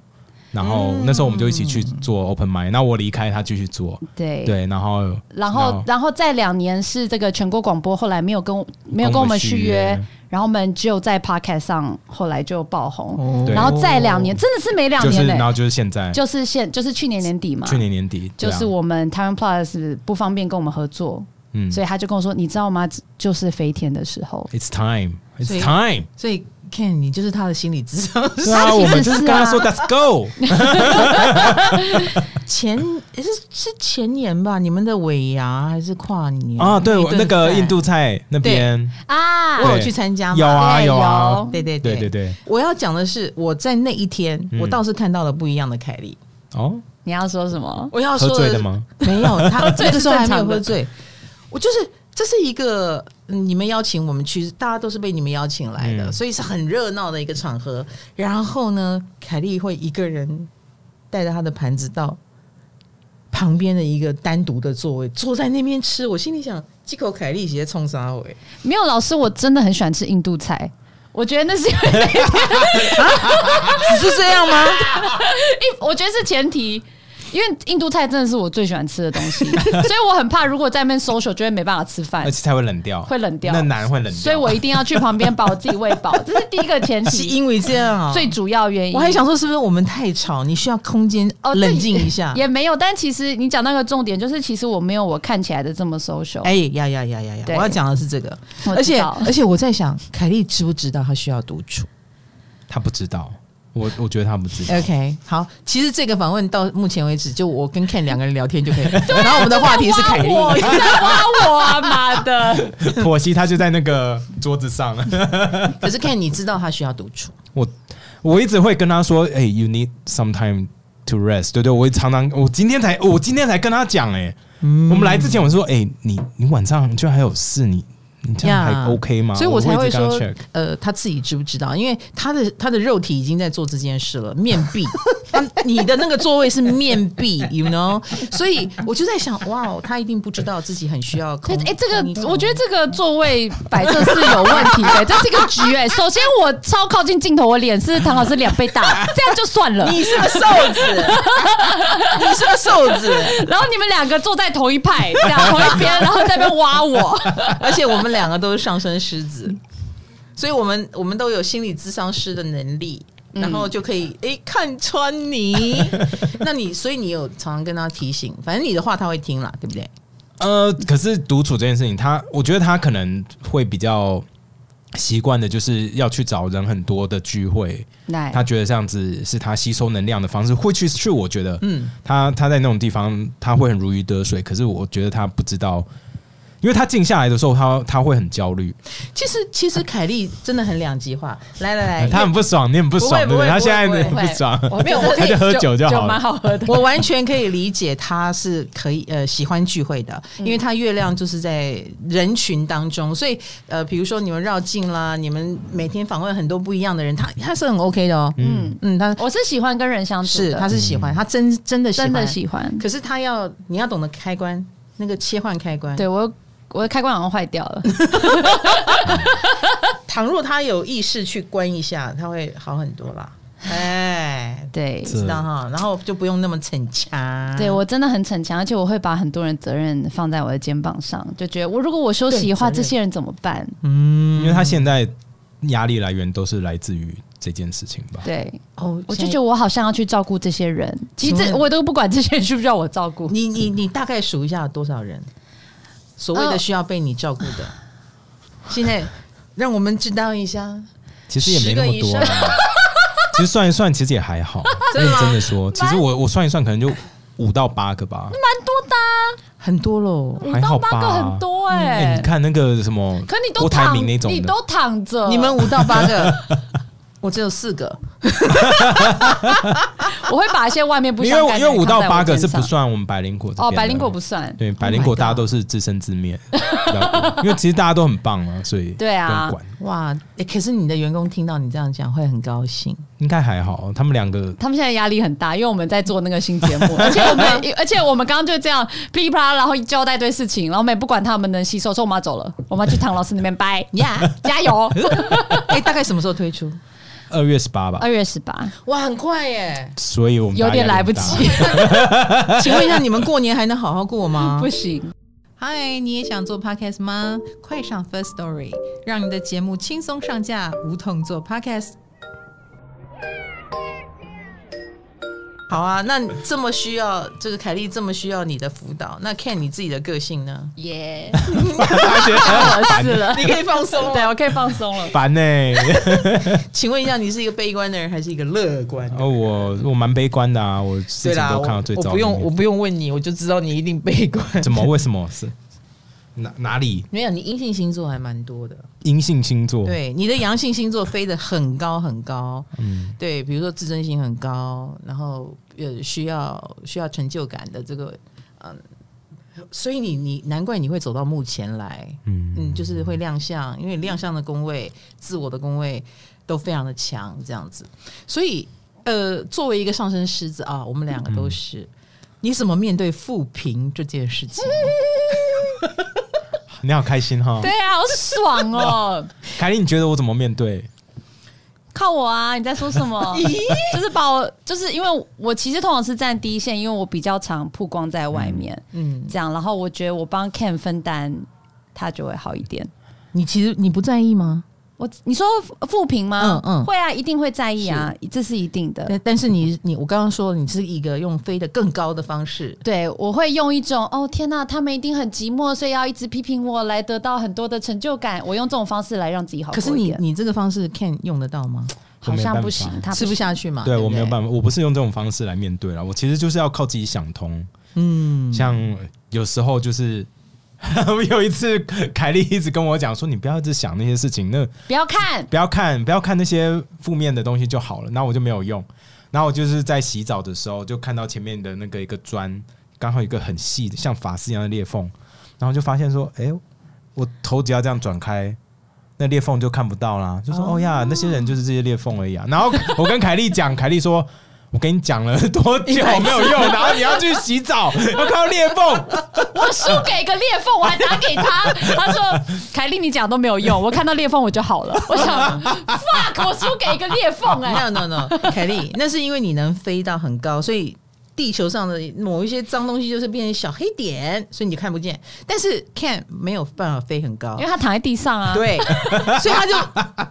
[SPEAKER 1] 然后那时候我们就一起去做 open mic，那我离开他继续做，
[SPEAKER 3] 嗯对，
[SPEAKER 1] 对，然后
[SPEAKER 3] 然后然后再两年是这个全国广播，后来没有跟我没有跟我们续约，，然后我们只有在 Podcast 上后来就爆红，
[SPEAKER 2] 哦
[SPEAKER 1] 对
[SPEAKER 3] 然后再两年，真的是每两
[SPEAKER 1] 就是
[SPEAKER 3] 年
[SPEAKER 1] 然
[SPEAKER 3] 呢，
[SPEAKER 1] 后就是现在，
[SPEAKER 3] 就是现就是去年年底嘛，
[SPEAKER 1] 去年年底，对
[SPEAKER 3] 就
[SPEAKER 1] 啊
[SPEAKER 3] 是我们 Time Plus 不方便跟我们合作，
[SPEAKER 1] 嗯
[SPEAKER 3] 所以他就跟我说，你知道吗？就是飞天的时候，
[SPEAKER 1] ，It's time，It's
[SPEAKER 2] 所以
[SPEAKER 1] time。
[SPEAKER 2] 所以 Ken，你就是他的心理智商。
[SPEAKER 1] 对啊，
[SPEAKER 3] 他其
[SPEAKER 1] 我
[SPEAKER 3] 实
[SPEAKER 1] 们就是
[SPEAKER 3] 是
[SPEAKER 1] 跟他
[SPEAKER 3] 啊
[SPEAKER 1] 说 Let's go，
[SPEAKER 2] 前是是前年吧？你们的尾牙还是跨年
[SPEAKER 1] 啊，对，我
[SPEAKER 2] 顿
[SPEAKER 1] 那个
[SPEAKER 2] 饭
[SPEAKER 1] 印度菜那边
[SPEAKER 3] 啊
[SPEAKER 2] 我有
[SPEAKER 1] 对
[SPEAKER 2] 去参加吗？
[SPEAKER 1] 有啊
[SPEAKER 3] 对哎
[SPEAKER 1] 有啊
[SPEAKER 3] 有，
[SPEAKER 2] 对对
[SPEAKER 1] 对对
[SPEAKER 2] 对
[SPEAKER 1] 对，
[SPEAKER 2] 我要讲的是，我在那一天，
[SPEAKER 1] 嗯
[SPEAKER 2] 我倒是看到了不一样的凯莉。
[SPEAKER 1] 哦，
[SPEAKER 3] 你要说什么？
[SPEAKER 2] 我要
[SPEAKER 1] 喝
[SPEAKER 2] 说
[SPEAKER 1] 醉
[SPEAKER 2] 是
[SPEAKER 1] 了？吗？
[SPEAKER 2] 没有，他
[SPEAKER 3] 醉
[SPEAKER 2] 那个时候还没有
[SPEAKER 3] 正常的
[SPEAKER 2] 喝醉。我就是这是一个嗯你们邀请我们去，大家都是被你们邀请来的，
[SPEAKER 1] 嗯
[SPEAKER 2] 所以是很热闹的一个场合。然后呢，凯莉会一个人带着她的盘子到旁边的一个单独的座位，坐在那边吃。我心里想，这口凯莉直接冲杀我、欸
[SPEAKER 3] 没有老师，我真的很喜欢吃印度菜。我觉得那是因为
[SPEAKER 2] 只是这样吗？
[SPEAKER 3] 我觉得是前提，因为印度菜真的是我最喜欢吃的东 西，所以我很怕如果在那边 social 就会没办法吃饭
[SPEAKER 1] 而，且菜会冷掉，
[SPEAKER 3] 哎会冷掉
[SPEAKER 1] 那男会冷掉，
[SPEAKER 3] 所以我一定要去旁边把我自己喂饱，这是第一个前
[SPEAKER 2] 是
[SPEAKER 3] 提，
[SPEAKER 2] 因为这样啊、
[SPEAKER 3] 最主要原因。
[SPEAKER 2] 我还想说，是不是我们太吵，你需要空间
[SPEAKER 3] 哦对
[SPEAKER 2] 冷静一下？
[SPEAKER 3] 也没有，但其实你讲那个重点就是，其实我没有我看起来的这么 social。
[SPEAKER 2] 哎呀呀呀呀呀！我
[SPEAKER 3] 对
[SPEAKER 2] 要讲的是这个，
[SPEAKER 3] 我
[SPEAKER 2] 而
[SPEAKER 3] 知
[SPEAKER 2] 且
[SPEAKER 3] 道
[SPEAKER 2] 而且我在想，凯莉知不知道她需要独处
[SPEAKER 1] 他不知道，我我觉得他不知道，
[SPEAKER 2] ？OK，好，其实这个访问到目前为止，就我跟 Ken 两个人聊天就可以了。然后我们的话题是凯莉，
[SPEAKER 3] 你在挖我啊，妈的！
[SPEAKER 1] 可惜他就在那个桌子上，
[SPEAKER 2] 可是 Ken 你知道她需要独处，
[SPEAKER 1] 我 我一直会跟他说，哎，you need some time。To rest，对对，我常常我今天才我今天才跟他讲哎、我们来之前我说哎、你你晚上居然还有事，你你这样
[SPEAKER 2] 呀
[SPEAKER 1] 还 OK 吗？
[SPEAKER 2] 所以我才
[SPEAKER 1] 会
[SPEAKER 2] 会
[SPEAKER 1] 一直跟他
[SPEAKER 2] 说
[SPEAKER 1] check，
[SPEAKER 2] 呃，她自己知不知道？因为她的她的肉体已经在做这件事了，面壁。她你的那个座位是面壁，you know？所以我就在想，哇哦，她一定不知道自己很需要
[SPEAKER 3] 哎
[SPEAKER 2] 空。、嗯
[SPEAKER 3] 这个我觉
[SPEAKER 2] 得。
[SPEAKER 3] 得这个座位摆设是有问 题的，这是一个局哎、首先我超靠近镜头，我脸是唐老师两倍 大，这样就算了。
[SPEAKER 2] 你是个瘦子， 你是个瘦子，
[SPEAKER 3] 然后你们两个坐在同一派，这样同一边，然后在那边挖 我。
[SPEAKER 2] 而且我们两个都是上升狮子，所以我们我们都有心理咨商师的能力，然后就可以诶看穿你。那你所以你有常常跟他提醒，反正你的话他会听啦，对不对？
[SPEAKER 1] 呃，可是独处这件事情，他我觉得他可能会比较习惯的，就是要去找人很多的聚会。
[SPEAKER 2] 哎
[SPEAKER 3] 来
[SPEAKER 1] 他觉得这样子是他吸收能量的方式，会去去。我觉得，
[SPEAKER 2] 嗯
[SPEAKER 1] 嗯，他他在那种地方他会很如鱼得水，可是我觉得他不知道，因为他静下来的时候，他他会很焦虑，
[SPEAKER 2] 其实其实凯莉真的很两极化，来来来，
[SPEAKER 1] 嗯他很不爽，你很不
[SPEAKER 2] 哎不会
[SPEAKER 1] 爽，对
[SPEAKER 2] 不会
[SPEAKER 1] 他现在
[SPEAKER 2] 不会不
[SPEAKER 1] 很不爽，
[SPEAKER 3] 我没有，我
[SPEAKER 1] 他就喝酒就好
[SPEAKER 3] 蛮
[SPEAKER 1] 了。
[SPEAKER 3] 好 喝的。
[SPEAKER 2] 我完全可以理解他是可以呃喜欢聚会的，因为他月亮就是在人群当中，所以呃，比如说你们绕境啦，你们每天访问很多不一样的人，他他是很 OK 的哦，
[SPEAKER 3] 嗯，
[SPEAKER 2] 嗯，他
[SPEAKER 3] 我是喜欢跟人相处
[SPEAKER 2] 是
[SPEAKER 3] 的，
[SPEAKER 2] 他是喜欢，他真真的喜
[SPEAKER 3] 真
[SPEAKER 2] 欢
[SPEAKER 3] 的喜欢。
[SPEAKER 2] 可是他要你要懂得开关，那个切换开关。
[SPEAKER 3] 对我，我的开关好像坏掉 了。
[SPEAKER 2] 倘若他有意识去关一下，他会好很多啦。哎，
[SPEAKER 3] 对
[SPEAKER 1] 这
[SPEAKER 2] 知道哈，然后就不用那么逞强。
[SPEAKER 3] 对我真的很逞强，而且我会把很多人责任放在我的肩膀上，就觉得我如果我休息的话，
[SPEAKER 2] 对责任嗯
[SPEAKER 3] 这些人怎么办？
[SPEAKER 1] 因为他现在压力来源都是来自于这件事情吧。
[SPEAKER 3] 对，
[SPEAKER 2] 哦，
[SPEAKER 3] 我就觉得我好像要去照顾这些人，其实
[SPEAKER 2] 请
[SPEAKER 3] 这
[SPEAKER 2] 问
[SPEAKER 3] 我都不管这些人需不需要我照 顾。
[SPEAKER 2] 你你你大概数一下有多少人，所谓的
[SPEAKER 3] 呃
[SPEAKER 2] 需要被你照顾的，现在让我们知道一下。
[SPEAKER 1] 其实也没那么多
[SPEAKER 2] 十个以
[SPEAKER 1] 啦。 其实算一算，其实也还 好。认真的说，其实我我算一算，可能就五到八个吧，
[SPEAKER 2] 很多喽，
[SPEAKER 3] 啊五
[SPEAKER 1] 还好
[SPEAKER 3] 到
[SPEAKER 1] 吧
[SPEAKER 3] 八个很多
[SPEAKER 1] 哎、
[SPEAKER 3] 哎、
[SPEAKER 1] 你看那个什么，
[SPEAKER 3] 可你
[SPEAKER 1] 郭
[SPEAKER 3] 都
[SPEAKER 1] 台
[SPEAKER 3] 躺，
[SPEAKER 1] 铭那种的
[SPEAKER 3] 你都躺着，
[SPEAKER 2] 你们五到八个， 我只有四个。
[SPEAKER 3] 我会把一些外面不
[SPEAKER 1] 因
[SPEAKER 3] 相
[SPEAKER 1] 为
[SPEAKER 3] 干的
[SPEAKER 1] 因为
[SPEAKER 3] 人
[SPEAKER 1] 五到
[SPEAKER 3] 放在我
[SPEAKER 1] 八个
[SPEAKER 3] 肩
[SPEAKER 1] 是不
[SPEAKER 3] 上
[SPEAKER 1] 算我们百灵果这边
[SPEAKER 3] 哦，
[SPEAKER 1] 的
[SPEAKER 3] 百灵果不算，
[SPEAKER 1] 对百灵果，
[SPEAKER 2] God
[SPEAKER 1] 大家都是自生自 灭，比较多因为其实大家都很棒啊，所以
[SPEAKER 3] 对啊
[SPEAKER 1] 不用管
[SPEAKER 2] 哇、诶可是你的员工听到你这样讲会很高兴。
[SPEAKER 1] 应该还好。他们两个
[SPEAKER 3] 他们现在压力很大，因为我们在做那个新 节目，而且我们，而且我们刚刚就这样噼里啪啦，然后交代一堆事情，然后我们也不管他们能吸收，说我们要走了，我们要去唐老师那边拜呀，加油！
[SPEAKER 2] 哎、大概什么时候推出？
[SPEAKER 1] 二月十八吧
[SPEAKER 3] 二，月十八，
[SPEAKER 1] 啊
[SPEAKER 2] 哇，很快耶！
[SPEAKER 1] 所以我们
[SPEAKER 3] 有点
[SPEAKER 1] 大家
[SPEAKER 3] 来
[SPEAKER 1] 压力
[SPEAKER 3] 不
[SPEAKER 1] 很大
[SPEAKER 3] 及，
[SPEAKER 2] 请问一下，你们过年还能好好过吗
[SPEAKER 3] 不？行。
[SPEAKER 2] 嗨，你也想做 podcast 吗？快上 First Story，让你的节目轻松上架，无痛做 podcast。好啊，那这么需要这个凯莉这么需要你的辅导，那看你自己的个性 呢？
[SPEAKER 3] 耶，
[SPEAKER 1] 大家觉得很
[SPEAKER 3] 我
[SPEAKER 1] 烦
[SPEAKER 3] 是了，
[SPEAKER 2] 你可以放松哦
[SPEAKER 3] 对我可以放松 了。
[SPEAKER 1] 烦欸呢、
[SPEAKER 2] 请问一下，你是一个悲观的人还是一个乐观的人？
[SPEAKER 1] 哦，我我蛮悲观的啊，我事
[SPEAKER 2] 对
[SPEAKER 1] 情
[SPEAKER 2] 啦，
[SPEAKER 1] 都
[SPEAKER 2] 我
[SPEAKER 1] 看到最
[SPEAKER 2] 我
[SPEAKER 1] 糟的
[SPEAKER 2] 不
[SPEAKER 1] 那面。
[SPEAKER 2] 用我不用问你，我就知道你一定悲观。
[SPEAKER 1] 怎么？为什么是哪哪里
[SPEAKER 2] 没有，你阴性星座还蛮多的。
[SPEAKER 1] 阴性星座？，
[SPEAKER 2] 对，你的阳性星座飞得很高很高，
[SPEAKER 1] 嗯，
[SPEAKER 2] 对，比如说自尊心很高，然后呃需要需要成就感的这个，嗯，所以你你难怪你会走到目前来，
[SPEAKER 1] 嗯
[SPEAKER 2] 嗯，就是会亮相，因为亮相的宫位、自我的宫位都非常的强，这样子，所以呃，作为一个上升狮子啊，我们两个都是，你怎么面对负评这件事情？
[SPEAKER 1] 你好开心哈。
[SPEAKER 3] 对啊，好爽哦！
[SPEAKER 1] 凯莉，你觉得我怎么面对？
[SPEAKER 3] 靠我啊！你在说 什么？就是把我，就是因为我其实通常是站第一线，因为我比较常曝光在外面，
[SPEAKER 2] 嗯，
[SPEAKER 3] 这样，然后我觉得我帮 Ken 分担，他就会好一点。
[SPEAKER 2] 你其实你不在意吗？
[SPEAKER 3] 我你说负评吗？
[SPEAKER 2] 嗯嗯
[SPEAKER 3] 会啊，一定会在意啊，这是一定的。
[SPEAKER 2] 但但是你你我刚刚说了你是一个用飞得更高的方式，
[SPEAKER 3] 对，我会用一种哦天呐，他们一定很寂寞，所以要一直批评我来得到很多的成就感。我用这种方式来让自己好
[SPEAKER 2] 可
[SPEAKER 3] 过一
[SPEAKER 2] 是
[SPEAKER 3] 点。
[SPEAKER 2] 你你这个方式 can 用得到吗？
[SPEAKER 3] 好像不行
[SPEAKER 1] 我没，办
[SPEAKER 3] 他
[SPEAKER 2] 吃不下去嘛？
[SPEAKER 1] 对
[SPEAKER 2] 对
[SPEAKER 1] 我没有
[SPEAKER 2] 法。
[SPEAKER 1] 办法，我不是用这种方式来面对了。我其实就是要靠自己想通。
[SPEAKER 2] 嗯，
[SPEAKER 1] 像有时候就是， 有一次凯莉一直跟我讲说，你不要一直想那些事情，那
[SPEAKER 3] 不要看，
[SPEAKER 1] 不要看，不要看那些负面的东西就好了。然后我就没有用，然后我就是在洗澡的时候就看到前面的那个一个砖，刚好有一个很细的像发丝一样的裂缝，然后就发现说，哎、我头只要这样转开。那裂缝就看不到啦，就说哦呀，那些人就是这些裂缝而已啊。然后我跟凯莉讲，凯莉说，我跟你讲了多久没有用，然后你要去洗澡，要看到裂缝，
[SPEAKER 3] 我输给一个裂缝，我还打给他。他 说：“凯莉，你讲都没有用，我看到裂缝我就好了。”我想，fuck，我输给一个裂 缝哎、
[SPEAKER 2] No no no，凯莉， 那是因为你能飞到很高，所以地球上的某一些脏东西就是变成小黑点，所以你就看不见。但是 can 没有办法飞很高
[SPEAKER 3] 因为。他躺在地上啊。
[SPEAKER 2] 对， 所以他就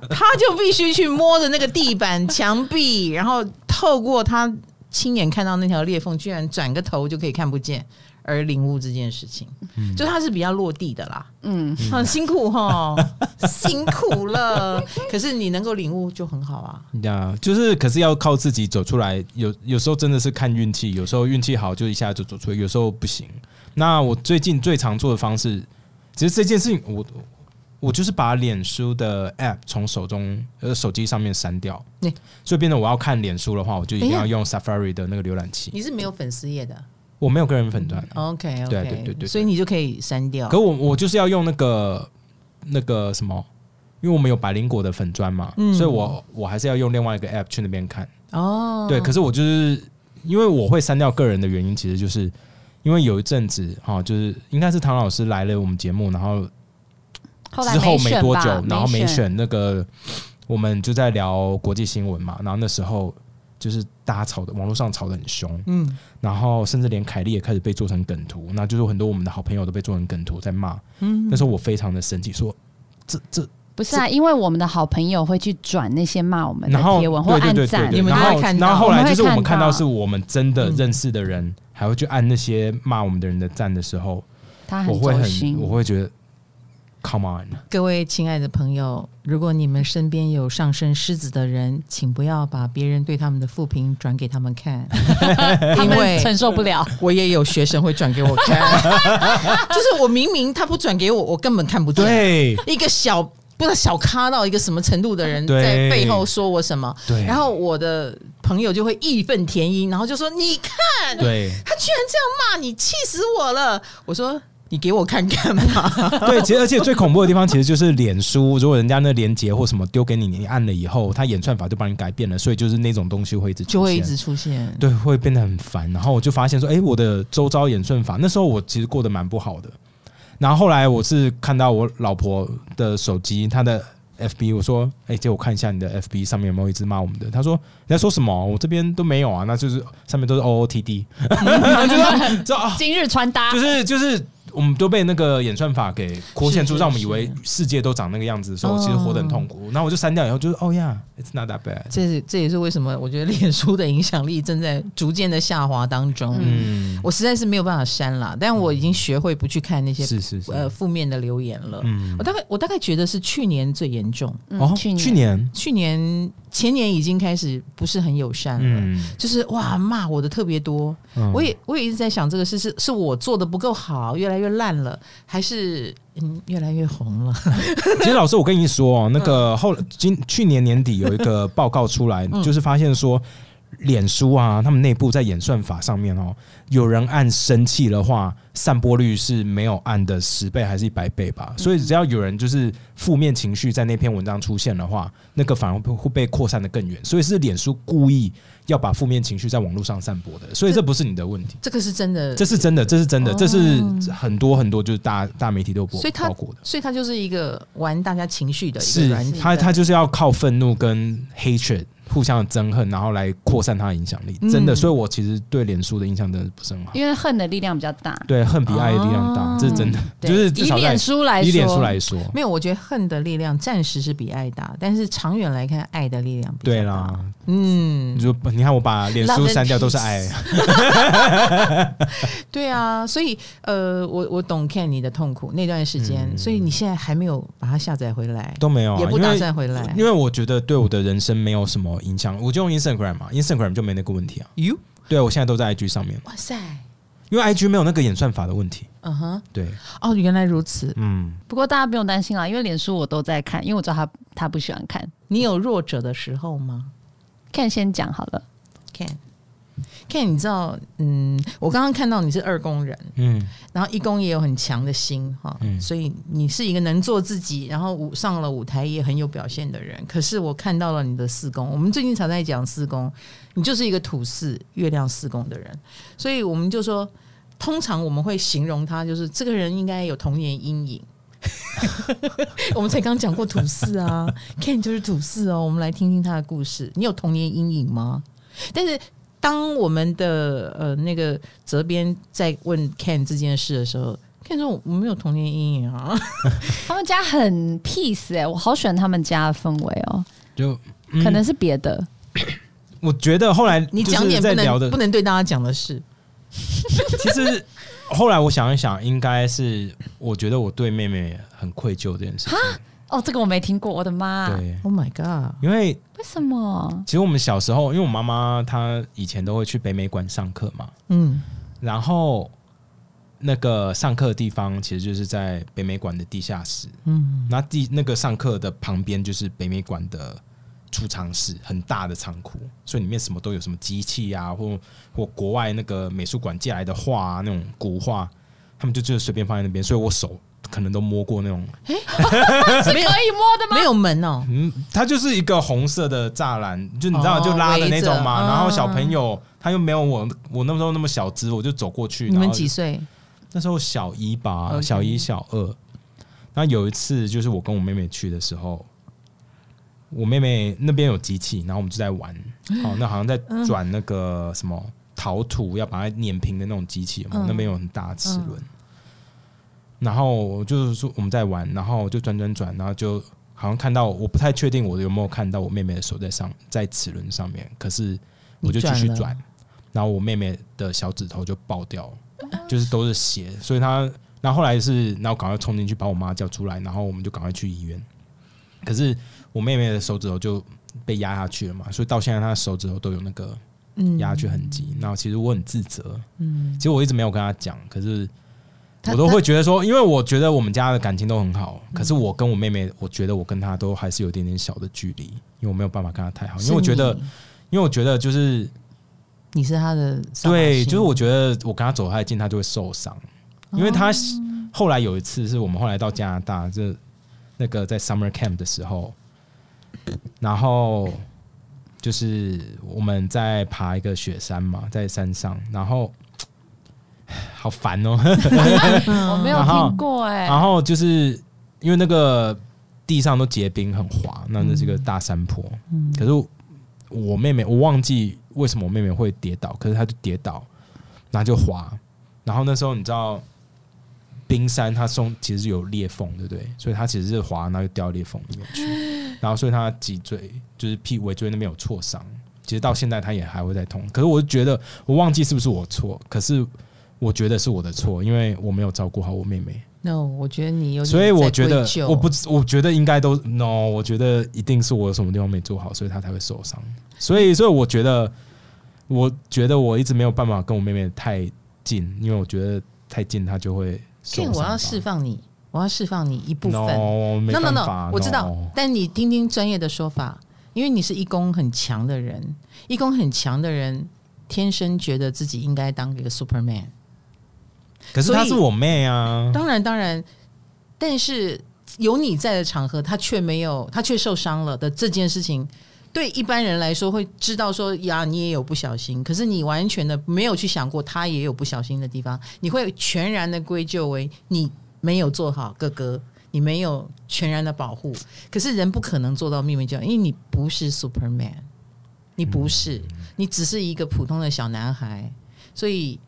[SPEAKER 2] 他就必须去摸着那个地板、墙壁，然后透过他亲眼看到那条裂缝，居然转个头就可以看不见，而领悟这件事情。
[SPEAKER 1] 嗯
[SPEAKER 2] 就他是比较落地的啦，
[SPEAKER 3] 嗯，
[SPEAKER 2] 很辛苦 哈，辛苦了。可是你能够领悟就很好啊。
[SPEAKER 1] 呀就是可是要靠自己走出来，有有时候真的是看运气，有时候运气好就一下就走出来，有时候不行。那我最近最常做的方式，其实这件事情我我就是把脸书的 app 从手中呃手机上面删掉，
[SPEAKER 2] 嗯
[SPEAKER 1] 所以变得我要看脸书的话，我就一定
[SPEAKER 2] 哎
[SPEAKER 1] 要
[SPEAKER 2] 呀
[SPEAKER 1] 用 Safari 的那个浏览器。
[SPEAKER 2] 你是没有粉丝页的
[SPEAKER 1] 我没有个人粉钻，
[SPEAKER 2] ，OK OK，
[SPEAKER 1] 对对对对
[SPEAKER 2] 所以你就可以删掉
[SPEAKER 1] 可。我我就是要用那个那个什么，因为我们有百灵果的粉砖嘛，
[SPEAKER 2] 嗯
[SPEAKER 1] 所以我我还是要用另外一个 app 去那边看。
[SPEAKER 3] 嗯
[SPEAKER 2] 哦，
[SPEAKER 1] 对，可是我就是因为我会删掉个人的原因，其实就是因为有一阵子哈、哦，就是应该是唐老师来了我们节目，然后
[SPEAKER 3] 后来
[SPEAKER 1] 之后
[SPEAKER 3] 选吧
[SPEAKER 1] 多久，然后没
[SPEAKER 3] 选。
[SPEAKER 1] 选那个我们就在聊国际新闻嘛，然后那时候就是大家吵的，网络上吵得很凶，
[SPEAKER 2] 嗯，
[SPEAKER 1] 然后甚至连凯莉也开始被做成梗图，那就是很多我们的好朋友都被做成梗图在骂。嗯，那时候我非常的生气，说这这，
[SPEAKER 3] 不是啊，因为我们的好朋友会去转那些骂我们的
[SPEAKER 1] 然后
[SPEAKER 3] 贴文或
[SPEAKER 1] 对对
[SPEAKER 3] 按
[SPEAKER 1] 对对
[SPEAKER 3] 赞，
[SPEAKER 1] 对，
[SPEAKER 2] 你们
[SPEAKER 1] 然
[SPEAKER 2] 都会
[SPEAKER 1] 后
[SPEAKER 2] 看到
[SPEAKER 1] 然后后来就是我
[SPEAKER 3] 我们会
[SPEAKER 1] 们看
[SPEAKER 3] 看
[SPEAKER 1] 到
[SPEAKER 3] 到嗯
[SPEAKER 1] 是我们真的认识的人，还会去按那些骂我们的人的赞的时候，
[SPEAKER 3] 他
[SPEAKER 1] 我
[SPEAKER 3] 很
[SPEAKER 1] 会
[SPEAKER 3] 走
[SPEAKER 1] 很
[SPEAKER 3] 心。
[SPEAKER 1] 我会觉得，Come on，
[SPEAKER 2] 各位亲爱的朋友，如果你们身边有上升狮子的人，请不要把别人对他们的负评转给他们看，
[SPEAKER 3] 他
[SPEAKER 2] 因
[SPEAKER 3] 们
[SPEAKER 2] 为
[SPEAKER 3] 承受 不了。
[SPEAKER 2] 我也有学生会转给我看， 就是我明明他不转给我，我根本看不见。
[SPEAKER 1] 对
[SPEAKER 2] 一个小不知道小咖到一个什么程度的人
[SPEAKER 1] 对
[SPEAKER 2] 在背后说我什么，
[SPEAKER 1] 对，
[SPEAKER 2] 然后我的朋友就会义愤填膺，然后就说：“你看，
[SPEAKER 1] 对。
[SPEAKER 2] 他居然这样骂你，气死我了！”我说：“你给我看看吧。
[SPEAKER 1] 对，其实而且最恐怖的地方其实就是脸书，如果人家那连接或什么丢给你，你按了以后，它演算法就帮你改变了，所以就是那种东西会一直”出
[SPEAKER 2] 就会一
[SPEAKER 1] 现
[SPEAKER 2] 直出现。
[SPEAKER 1] 对，会变得很烦。然后我就发现说，哎、我的周遭演算法，那时候我其实过得蛮不好的。然后后来我是看到我老婆的手机，她的 FB，我说，哎、借我看一下你的 FB 上面有没有一直骂我们的。她说你在说什么？我这边都没有啊，那就是上面都是 OOTD，就说说啊，
[SPEAKER 3] 今日穿搭
[SPEAKER 1] 就是就是。我们都被那个演算法给扩限住，
[SPEAKER 2] 是是
[SPEAKER 1] 让我们以为世界都长那个样子的时候，
[SPEAKER 2] 哦
[SPEAKER 1] 其实活得很痛苦。然后我就删掉以后，就是哦呀，it's not that bad。
[SPEAKER 2] 这是这也是为什么我觉得脸书的影响力正在逐渐的下滑当中。
[SPEAKER 1] 嗯，
[SPEAKER 2] 我实在是没有办法删啦，但我已经学会不去看那些
[SPEAKER 1] 是是是，
[SPEAKER 2] 呃负面的留言了。
[SPEAKER 1] 嗯
[SPEAKER 2] 我，大概我大概觉得是去年最严重，
[SPEAKER 1] 哦，
[SPEAKER 3] 嗯，
[SPEAKER 1] 去
[SPEAKER 3] 去年
[SPEAKER 1] 年
[SPEAKER 2] 去年前年已经开始不是很友善了。
[SPEAKER 1] 嗯，
[SPEAKER 2] 就是哇，骂我的特别多，
[SPEAKER 1] 嗯
[SPEAKER 2] 我也我也一直在想这个事是是我做的不够好，越来越烂了，还是嗯越来越红了？
[SPEAKER 1] 其实老师，我跟你说哦，那个后今去年年底有一个报告出来，就是发现说。脸书啊，他们内部在演算法上面哦，有人按生气的话，散播率是没有按的十倍还是一百倍吧。所以只要有人就是负面情绪在那篇文章出现的话，那个反而会会被扩散的更远。所以是脸书故意要把负面情绪在网络上散播的，所以这不是你的问题，
[SPEAKER 2] 这个是真的，
[SPEAKER 1] 这是真的，这是真的，这是很多很多就是大大媒体都有播
[SPEAKER 2] 哦所以它
[SPEAKER 1] 报过的。
[SPEAKER 2] 所以它就是一个玩大家情绪的一个
[SPEAKER 1] 是
[SPEAKER 2] 软体。
[SPEAKER 1] 他他就是要靠愤怒跟 hatred 互相的憎恨，然后来扩散他的影响力。真的，
[SPEAKER 2] 嗯
[SPEAKER 1] 所以我其实对脸书的印象真的不是很好。
[SPEAKER 3] 因为恨的力量比较大。
[SPEAKER 1] 对，恨比爱的力量大，
[SPEAKER 2] 哦
[SPEAKER 1] 这是真的。
[SPEAKER 3] 对
[SPEAKER 1] 就是至
[SPEAKER 3] 以
[SPEAKER 1] 少在
[SPEAKER 3] 脸书来说，
[SPEAKER 1] 以脸书来说，
[SPEAKER 2] 没有，我觉得恨的力量暂时是比爱大，但是长远来看，爱的力量比较
[SPEAKER 1] 对
[SPEAKER 2] 大
[SPEAKER 1] 啦。，
[SPEAKER 2] 嗯
[SPEAKER 1] 你，就你看我把脸书
[SPEAKER 2] Love and
[SPEAKER 1] 删掉都是爱，
[SPEAKER 2] 对啊，所以呃，我我懂 Ken 你的痛苦那段时间，
[SPEAKER 1] 嗯
[SPEAKER 2] 所以你现在还没有把它下载回来，
[SPEAKER 1] 都没有、啊，
[SPEAKER 2] 也不
[SPEAKER 1] 因为
[SPEAKER 2] 打算回来
[SPEAKER 1] 因为我觉得对我的人生没有什么影响。我就用 Instagram 嘛，Instagram 就没那个问题啊。
[SPEAKER 2] 哟，
[SPEAKER 1] 对，我现在都在 IG 上面，
[SPEAKER 2] 哇塞，
[SPEAKER 1] 因为 IG 没有那个演算法的问题。
[SPEAKER 2] 嗯哼，
[SPEAKER 1] 对，
[SPEAKER 2] 哦，原来如此。
[SPEAKER 1] 嗯，
[SPEAKER 3] 不过大家不用担心啦，因为脸书我都在看，因为我知道他他不喜欢看。
[SPEAKER 2] 你有弱者的时候吗
[SPEAKER 3] 看先讲好了，
[SPEAKER 2] ？Ken。Ken，你知道，嗯，我刚刚看到你是二宫人，
[SPEAKER 1] 嗯，
[SPEAKER 2] 然后一宫也有很强的心哈，
[SPEAKER 1] 嗯
[SPEAKER 2] 所以你是一个能做自己，然后舞上了舞台也很有表现的人。可是我看到了你的四宫，我们最近常在讲四宫，你就是一个土四月亮四宫的人，所以我们就说，通常我们会形容他就是这个人应该有童年阴影。我们才刚讲过土四啊，Ken 就是土四哦。我们来听听他的故事。你有童年阴影吗？但是当我们的呃那个责编在问 Ken 这件事的时候，Ken 说我没有童年阴 影啊。
[SPEAKER 3] 他们家很 peace 哎、我好喜欢他们家的氛围哦、
[SPEAKER 1] 就嗯
[SPEAKER 3] 可能是别的，
[SPEAKER 1] 我觉得后来
[SPEAKER 2] 你
[SPEAKER 1] 就是
[SPEAKER 2] 讲点不
[SPEAKER 1] 在聊
[SPEAKER 2] 能
[SPEAKER 1] 的
[SPEAKER 2] 不能对大家讲的事。
[SPEAKER 1] 其实后来我想一想，应该是我觉得我对妹妹很愧疚这件事情。
[SPEAKER 3] 哦，这个我没听过，我的妈！
[SPEAKER 1] 对，
[SPEAKER 2] Oh my god！
[SPEAKER 1] 因为
[SPEAKER 3] 为什么？
[SPEAKER 1] 其实我们小时候，因为我妈妈她以前都会去北美馆上课嘛，
[SPEAKER 2] 嗯
[SPEAKER 1] 然后那个上课的地方其实就是在北美馆的地下室，
[SPEAKER 2] 嗯，
[SPEAKER 1] 那地那个上课的旁边就是北美馆的储藏室，很大的仓库，所以里面什么都有，什么机器啊，或或国外那个美术馆借来的画啊，那种古画，他们就就是随便放在那边，所以我手可能都摸过那种，
[SPEAKER 3] 是可以摸的吗？
[SPEAKER 2] 没有门哦。
[SPEAKER 1] 嗯，它就是一个红色的栅栏，就你知道
[SPEAKER 2] 哦
[SPEAKER 1] 就拉的那种嘛，
[SPEAKER 2] 围着
[SPEAKER 1] 然后小朋友他又没有我我那时候那么小只，我就走过去，
[SPEAKER 2] 你
[SPEAKER 1] 然
[SPEAKER 2] 们
[SPEAKER 1] 后
[SPEAKER 2] 几岁？
[SPEAKER 1] 那时候小一吧，
[SPEAKER 2] OK
[SPEAKER 1] 小一小二。那有一次就是我跟我妹妹去的时候，我妹妹那边有机器，然后我们就在玩。
[SPEAKER 2] 嗯
[SPEAKER 1] 哦，那好像在转那个什么陶土，要把它碾平的那种机器，我们
[SPEAKER 2] 嗯
[SPEAKER 1] 那边有很大的齿轮。然后我就是说我们在玩，然后就转转转，然后就好像看到，我不太确定我有没有看到我妹妹的手在上在齿轮上面，可是我就继续
[SPEAKER 2] 你转
[SPEAKER 1] 转，然后我妹妹的小指头就爆掉了，就是都是血，所以她，然后后来是，然后赶快冲进去把我妈叫出来，然后我们就赶快去医院，可是我妹妹的手指头就被压下去了嘛，所以到现在她的手指头都有那个
[SPEAKER 2] 嗯
[SPEAKER 1] 压下去痕迹，然后其实我很自责，
[SPEAKER 2] 嗯
[SPEAKER 1] 其实我一直没有跟他讲，可是
[SPEAKER 2] 他嗯
[SPEAKER 1] 我都会觉得说，因为我觉得我们家的感情都很好，可是我跟我妹妹，我觉得我跟她都还是有一点点小的距离，因为我没有办法跟她太好，因为我觉得
[SPEAKER 2] 是，
[SPEAKER 1] 因为我觉得就是
[SPEAKER 2] 你你是他的上海
[SPEAKER 1] 对，
[SPEAKER 2] 心
[SPEAKER 1] 就是我觉得我跟她走太近，她就会受伤，因为她后来有一次是我们后来到加拿大，这那个在 summer camp 的时候，然后就是我们在爬一个雪山嘛，在山上，然后 好烦哦、
[SPEAKER 3] 我没有
[SPEAKER 1] 然后
[SPEAKER 3] 听过哎、
[SPEAKER 1] 然后就是因为那个地上都结冰，很滑，那那是个大山坡。可是我妹妹，我忘记为什么我妹妹会跌倒，可是她就跌倒，然后就滑。然后那时候你知道，冰山它松其实有裂缝，对不对？所以它其实是滑，然后就掉裂缝里面去。然后所以她脊椎就是屁尾椎那边有挫伤，其实到现在她也还会在痛。可是我就觉得，我忘记是不是我错，可是。我觉得是我的错，因为我没有照顾好我妹妹。
[SPEAKER 2] no，我觉得你有点
[SPEAKER 1] 所以我
[SPEAKER 2] 在
[SPEAKER 1] 觉得
[SPEAKER 2] 愧疚，
[SPEAKER 1] 我不，我觉得应该都 no，我觉得一定是我有什么地方没做好，所以他才会受伤。所以，所以我觉得，我觉得我一直没有办法跟我妹妹太近，因为我觉得太近她就会受
[SPEAKER 2] Ken，
[SPEAKER 1] 伤吧。
[SPEAKER 2] 我要释放你，我要释放你一部
[SPEAKER 1] no，
[SPEAKER 2] 分。
[SPEAKER 1] 没
[SPEAKER 2] no no
[SPEAKER 1] 办
[SPEAKER 2] no，
[SPEAKER 1] 法
[SPEAKER 2] 我知道
[SPEAKER 1] no，
[SPEAKER 2] 但你听听专业的说法，因为你是义工很强的人，义工很强的人天生觉得自己应该当一个 Superman。
[SPEAKER 1] 可是
[SPEAKER 2] 所以
[SPEAKER 1] 她是我妹啊，
[SPEAKER 2] 当然，当然，但是有你在的场合，他却没有，他却受伤了的这件事情，对一般人来说会知道说呀，你也有不小心，可是你完全的没有去想过他也有不小心的地方，你会全然的归咎为你没有做好哥哥。你没有全然的保护，可是人不可能做到面面俱到，因为你不是 Superman，你不是，你只是一个普通的小男孩，所以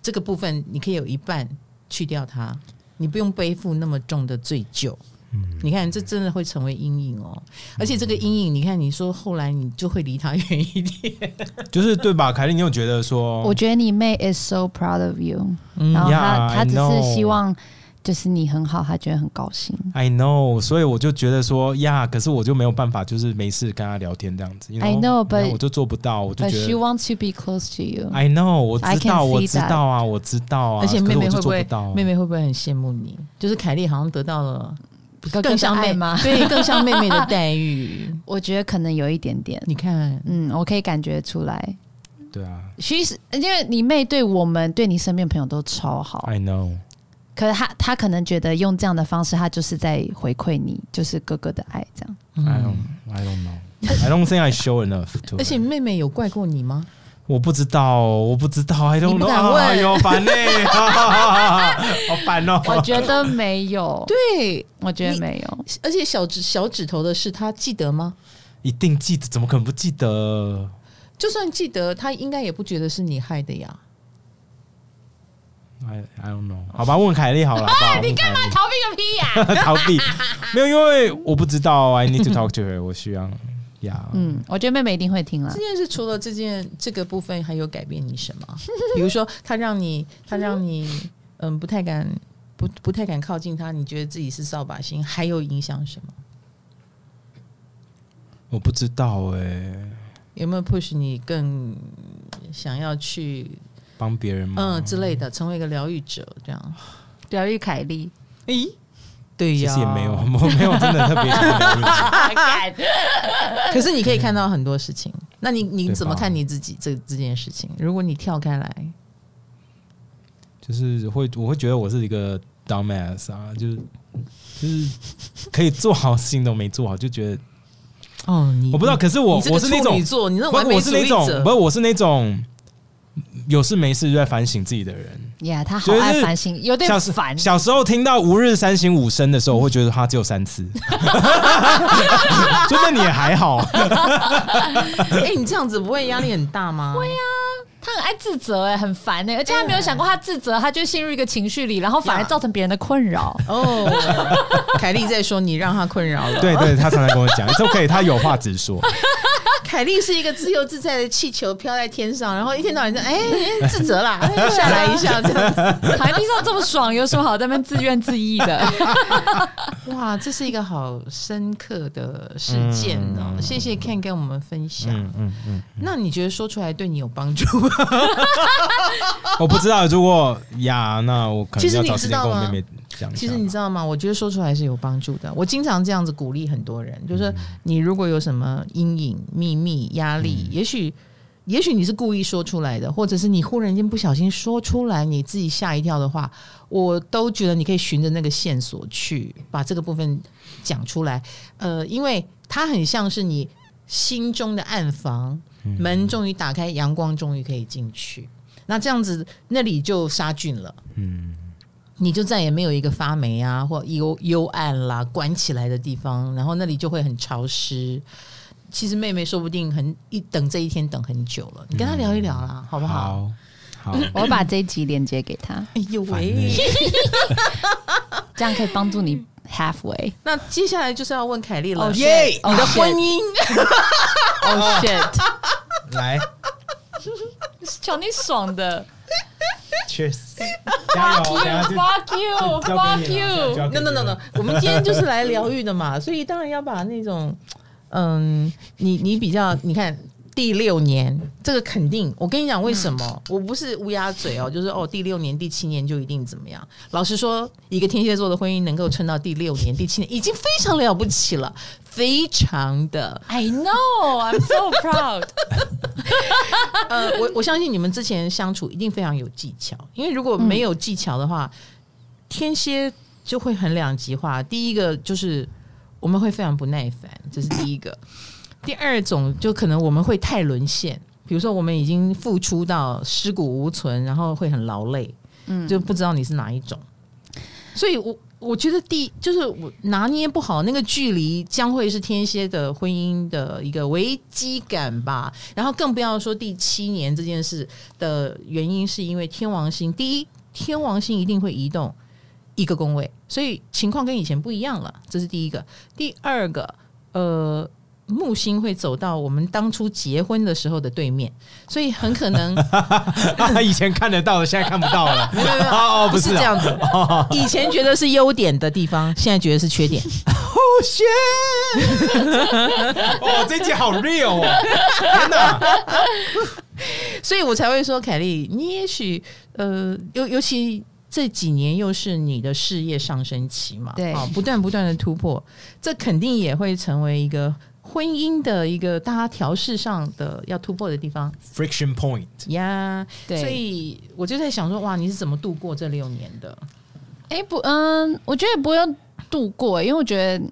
[SPEAKER 2] 这个部分你可以有一半去掉它，你不用背负那么重的罪疚。你看，这真的会成为阴影哦。而且这个阴影，你看，你说后来你就会离他远一点。
[SPEAKER 1] 就是对吧？凯莉，你有觉得
[SPEAKER 3] 我
[SPEAKER 1] 说，
[SPEAKER 3] 觉得你妹 is so proud of you，、然
[SPEAKER 2] 嗯
[SPEAKER 3] 后
[SPEAKER 1] 嗯 Yeah,
[SPEAKER 3] 她
[SPEAKER 1] I
[SPEAKER 3] 她只
[SPEAKER 1] know
[SPEAKER 3] 是希望就是你很好，她觉得很高兴。
[SPEAKER 1] I know，所以我就觉得说呀，可是我就没有办法，就是没事跟她聊天这样子。you
[SPEAKER 3] I know，but-
[SPEAKER 1] 我就做不到，我就
[SPEAKER 3] But
[SPEAKER 1] 觉
[SPEAKER 3] she
[SPEAKER 1] 得
[SPEAKER 3] wants to be close to you。
[SPEAKER 1] I know，我
[SPEAKER 2] 嗯
[SPEAKER 3] I
[SPEAKER 1] 知
[SPEAKER 3] can
[SPEAKER 1] 道，我
[SPEAKER 3] see
[SPEAKER 1] 知道啊，我知道啊，
[SPEAKER 2] 而且妹妹
[SPEAKER 1] 可是我
[SPEAKER 2] 会
[SPEAKER 1] 就
[SPEAKER 2] 不
[SPEAKER 1] 做
[SPEAKER 2] 会
[SPEAKER 1] 不到啊？
[SPEAKER 2] 妹妹会不会很羡慕你？就是凯莉好像得到了
[SPEAKER 3] 哥哥
[SPEAKER 2] 更像
[SPEAKER 3] 的爱
[SPEAKER 2] 妹
[SPEAKER 3] 吗
[SPEAKER 2] 对，更像妹妹 的待遇。
[SPEAKER 3] 我觉得可能有一点点，
[SPEAKER 2] 你看，
[SPEAKER 3] 嗯，我可以感觉出来。
[SPEAKER 1] 对啊
[SPEAKER 3] 其实因为你妹对我们、对你身边朋友都超好，
[SPEAKER 1] ，I know，
[SPEAKER 3] 可是她她可能觉得用这样的方式，她就是在回馈你，就是哥哥的爱这样。
[SPEAKER 1] I don't, I don't know, I don't think I show enough to.
[SPEAKER 2] 嗯而且妹妹有怪过你吗？
[SPEAKER 1] 我不知道，我不知道，I
[SPEAKER 2] 你
[SPEAKER 1] don't
[SPEAKER 2] 不
[SPEAKER 1] know，
[SPEAKER 2] 敢问
[SPEAKER 1] 哎呦烦呢， 好烦哦。
[SPEAKER 3] 我觉得没有，
[SPEAKER 2] 对，
[SPEAKER 3] 我觉得没有。
[SPEAKER 2] 而且小指小指头的事，她记得吗？
[SPEAKER 1] 一定记得，怎么可能不记得？
[SPEAKER 2] 就算记得，她应该也不觉得是你害的呀。
[SPEAKER 1] I I don't
[SPEAKER 2] 哦
[SPEAKER 1] know，好吧，问凯莉好了。 哎，你干嘛
[SPEAKER 3] 逃避个屁呀、
[SPEAKER 1] 逃避？没有，因为我不知道，I need to talk to her，我需要呀。
[SPEAKER 3] 嗯，我觉得妹妹一定会听啦
[SPEAKER 2] 这。件事除了这件这个部分，还有改变你什么？ 比如说，他让你，他让你，嗯，不太敢，不不太敢靠近他，你觉得自己是扫把星，还有影响什么？
[SPEAKER 1] 我不知道哎，
[SPEAKER 2] 有没有 push 你更想要去，
[SPEAKER 1] 帮别人吗？
[SPEAKER 2] 嗯之类的，成为一个疗愈者这样？
[SPEAKER 3] 疗愈凯 莉，
[SPEAKER 2] 诶、对
[SPEAKER 1] 其
[SPEAKER 2] 哎呀，
[SPEAKER 1] 实也没有，我没有真的特别想聊这个。
[SPEAKER 2] 可是你可以看到很多事 情。那你你
[SPEAKER 1] 对吧
[SPEAKER 2] 怎么看你自己这这件事情？如果你跳开来，
[SPEAKER 1] 就是会我会觉得我是一个 dumbass 啊，就是就是可以做好事情都没做好，就觉得
[SPEAKER 2] 哦，你
[SPEAKER 1] 我不知道。可是我
[SPEAKER 2] 你这个
[SPEAKER 1] 我是那
[SPEAKER 2] 处
[SPEAKER 1] 种
[SPEAKER 2] 女座，你那种
[SPEAKER 1] 不
[SPEAKER 2] 完
[SPEAKER 1] 是
[SPEAKER 2] 美
[SPEAKER 1] 我是
[SPEAKER 2] 主
[SPEAKER 1] 那
[SPEAKER 2] 义
[SPEAKER 1] 种
[SPEAKER 2] 者
[SPEAKER 1] 不是我是那种有事没事就在反省自己的人。
[SPEAKER 4] 呀、他好爱反省，有点
[SPEAKER 1] 小时
[SPEAKER 4] 烦。
[SPEAKER 1] 小时候听到“吾日三省吾身”的时候，我会觉得他只有三 次， 真的你也还好。
[SPEAKER 2] 哎、你这样子不会压力很大吗？会呀、啊
[SPEAKER 4] 他很爱自责、
[SPEAKER 3] 欸
[SPEAKER 4] 哎，很烦哎、而且他没有想过他自责，他就陷入一个情绪里，然后反而
[SPEAKER 3] 啊
[SPEAKER 2] 呀
[SPEAKER 4] 造成别人的困 扰。
[SPEAKER 2] 哦，凯莉在说你让她困扰了。啊
[SPEAKER 1] 对对，他常常跟我讲，it's OK，他有话直说。
[SPEAKER 2] 凯莉是一个自由自在的气球飘在天上，然后一天到晚在哎、哎自责啦， 哎下来一下这样子。
[SPEAKER 4] 躺在地上这么爽，有什么好在那边自怨自艾的？
[SPEAKER 2] 哇，这是一个好深刻的事件哦！
[SPEAKER 1] 嗯
[SPEAKER 2] 谢谢 Ken 跟我们分享。
[SPEAKER 1] 嗯嗯嗯，
[SPEAKER 2] 那你觉得说出来对你有帮助吗？
[SPEAKER 1] 我不知道，如果呀，那我可
[SPEAKER 2] 其
[SPEAKER 1] 能
[SPEAKER 2] 实
[SPEAKER 1] 要
[SPEAKER 2] 你
[SPEAKER 1] 找
[SPEAKER 2] 知
[SPEAKER 1] 时间
[SPEAKER 2] 道
[SPEAKER 1] 跟我
[SPEAKER 2] 吗
[SPEAKER 1] 妹妹讲一下。
[SPEAKER 2] 其实你知道吗？我觉得说出来是有帮助的。我经常这样子鼓励很多人，就是说你如果有什么阴影、秘密、压力，也许。也许你是故意说出来的，或者是你忽然间不小心说出来，你自己吓一跳的话，我都觉得你可以循着那个线索去把这个部分讲出来。呃，因为它很像是你心中的暗房，
[SPEAKER 1] 嗯
[SPEAKER 2] 门终于打开，阳光终于可以进去。那这样子，那里就杀菌了。
[SPEAKER 1] 嗯
[SPEAKER 2] 你就再也没有一个发霉啊或幽幽暗啦关起来的地方，然后那里就会很潮湿。其实妹妹说不定很一等这一天等很久了，你跟她聊一聊啦，好不好？
[SPEAKER 1] 嗯好？好，
[SPEAKER 3] 我会把这一集连接给他，
[SPEAKER 2] 哎呦
[SPEAKER 1] 烦
[SPEAKER 2] 喂！
[SPEAKER 1] 欸
[SPEAKER 3] 这样可以帮助你 halfway。
[SPEAKER 2] 那接下来就是要问凯莉
[SPEAKER 1] 哦
[SPEAKER 2] 了，
[SPEAKER 4] Oh
[SPEAKER 2] 耶
[SPEAKER 4] shit，
[SPEAKER 2] 你的
[SPEAKER 4] oh shit
[SPEAKER 2] 婚姻
[SPEAKER 3] Oh
[SPEAKER 4] 哦、shit，
[SPEAKER 1] 来
[SPEAKER 4] 瞧你爽的
[SPEAKER 1] ，Cheers，加油！ 等下就
[SPEAKER 4] ，fuck
[SPEAKER 1] 交给
[SPEAKER 4] you，fuck
[SPEAKER 1] 你了
[SPEAKER 4] you。
[SPEAKER 1] 交给
[SPEAKER 2] ，no
[SPEAKER 1] 你
[SPEAKER 2] no no
[SPEAKER 1] 了
[SPEAKER 2] no，我们今天就是来疗愈的嘛，所以当然要把那种，嗯，你你比较，你看第六年，这个肯定，我跟你讲为什么，我不是乌鸦嘴哦，就是哦，第六年、第七年就一定怎么样。老实说，一个天蝎座的婚姻能够撑到第六年、第七年，已经非常了不起了，非常的
[SPEAKER 4] I know, I'm so proud 。
[SPEAKER 2] 呃，我我相信你们之前相处一定非常有技巧，因为如果没有技巧的话，天蝎就会很两极化。第一个就是我们会非常不耐烦，这是第一个；第二种就可能我们会太沦陷，比如说我们已经付出到尸骨无存，然后会很劳累，嗯，就不知道你是哪一种。所以我我觉得第就是我拿捏不好那个距离，将会是天蝎的婚姻的一个危机感吧。然后更不要说第七年这件事的原因，是因为天王星，第一，天王星一定会移动一个宫位，所以情况跟以前不一样了，这是第一个。第二个，呃。木星会走到我们当初结婚的时候的对面，所以很可能
[SPEAKER 1] 啊，以前看得到的，现在看不到了。
[SPEAKER 2] 没有没有没有
[SPEAKER 1] 哦哦，
[SPEAKER 2] 不是
[SPEAKER 1] 啊
[SPEAKER 2] 这样子。以前觉得是优点的地方，现在觉得是缺点。
[SPEAKER 1] Oh shit！哦，这集好 real 哦！天哪，
[SPEAKER 2] 所以我才会说，凯莉，你也许呃，尤尤其这几年又是你的事业上升期嘛，
[SPEAKER 3] 对
[SPEAKER 2] 啊不断不断的突破，这肯定也会成为一个婚姻的一个大家调试上的要突破的地方
[SPEAKER 1] friction point。
[SPEAKER 2] 呀。
[SPEAKER 3] 对
[SPEAKER 2] 所以我就在想说，哇，你是怎么度过这六年的？
[SPEAKER 3] 哎、不，嗯，我觉得不用度过、因为我觉得，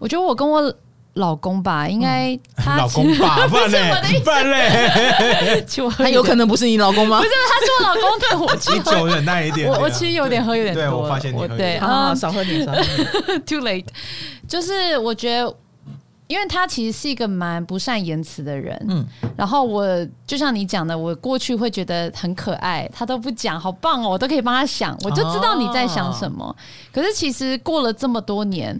[SPEAKER 3] 我觉得我跟我老公吧，应该他、
[SPEAKER 1] 嗯老公爸爸嘞，爸嘞，
[SPEAKER 4] 其实我
[SPEAKER 2] 他有可能 不是你老公吗
[SPEAKER 4] 不？是，他是我老公，但我其
[SPEAKER 1] 你
[SPEAKER 4] 实
[SPEAKER 1] 酒忍耐一点。
[SPEAKER 4] 我我其实有点喝有点多
[SPEAKER 1] 对
[SPEAKER 4] 了，
[SPEAKER 1] 我发现你喝有
[SPEAKER 4] 对
[SPEAKER 1] 点
[SPEAKER 2] 好好好
[SPEAKER 4] 啊
[SPEAKER 2] 少喝点，少喝 点。
[SPEAKER 4] ，too late。
[SPEAKER 3] 就是我觉得，因为他其实是一个蛮不善言辞的人，
[SPEAKER 2] 嗯
[SPEAKER 3] 嗯，然后我就像你讲的，我过去会觉得很可爱，他都不讲，好棒哦，我都可以帮他想，我就知道你在想什么。可是其实过了这么多年，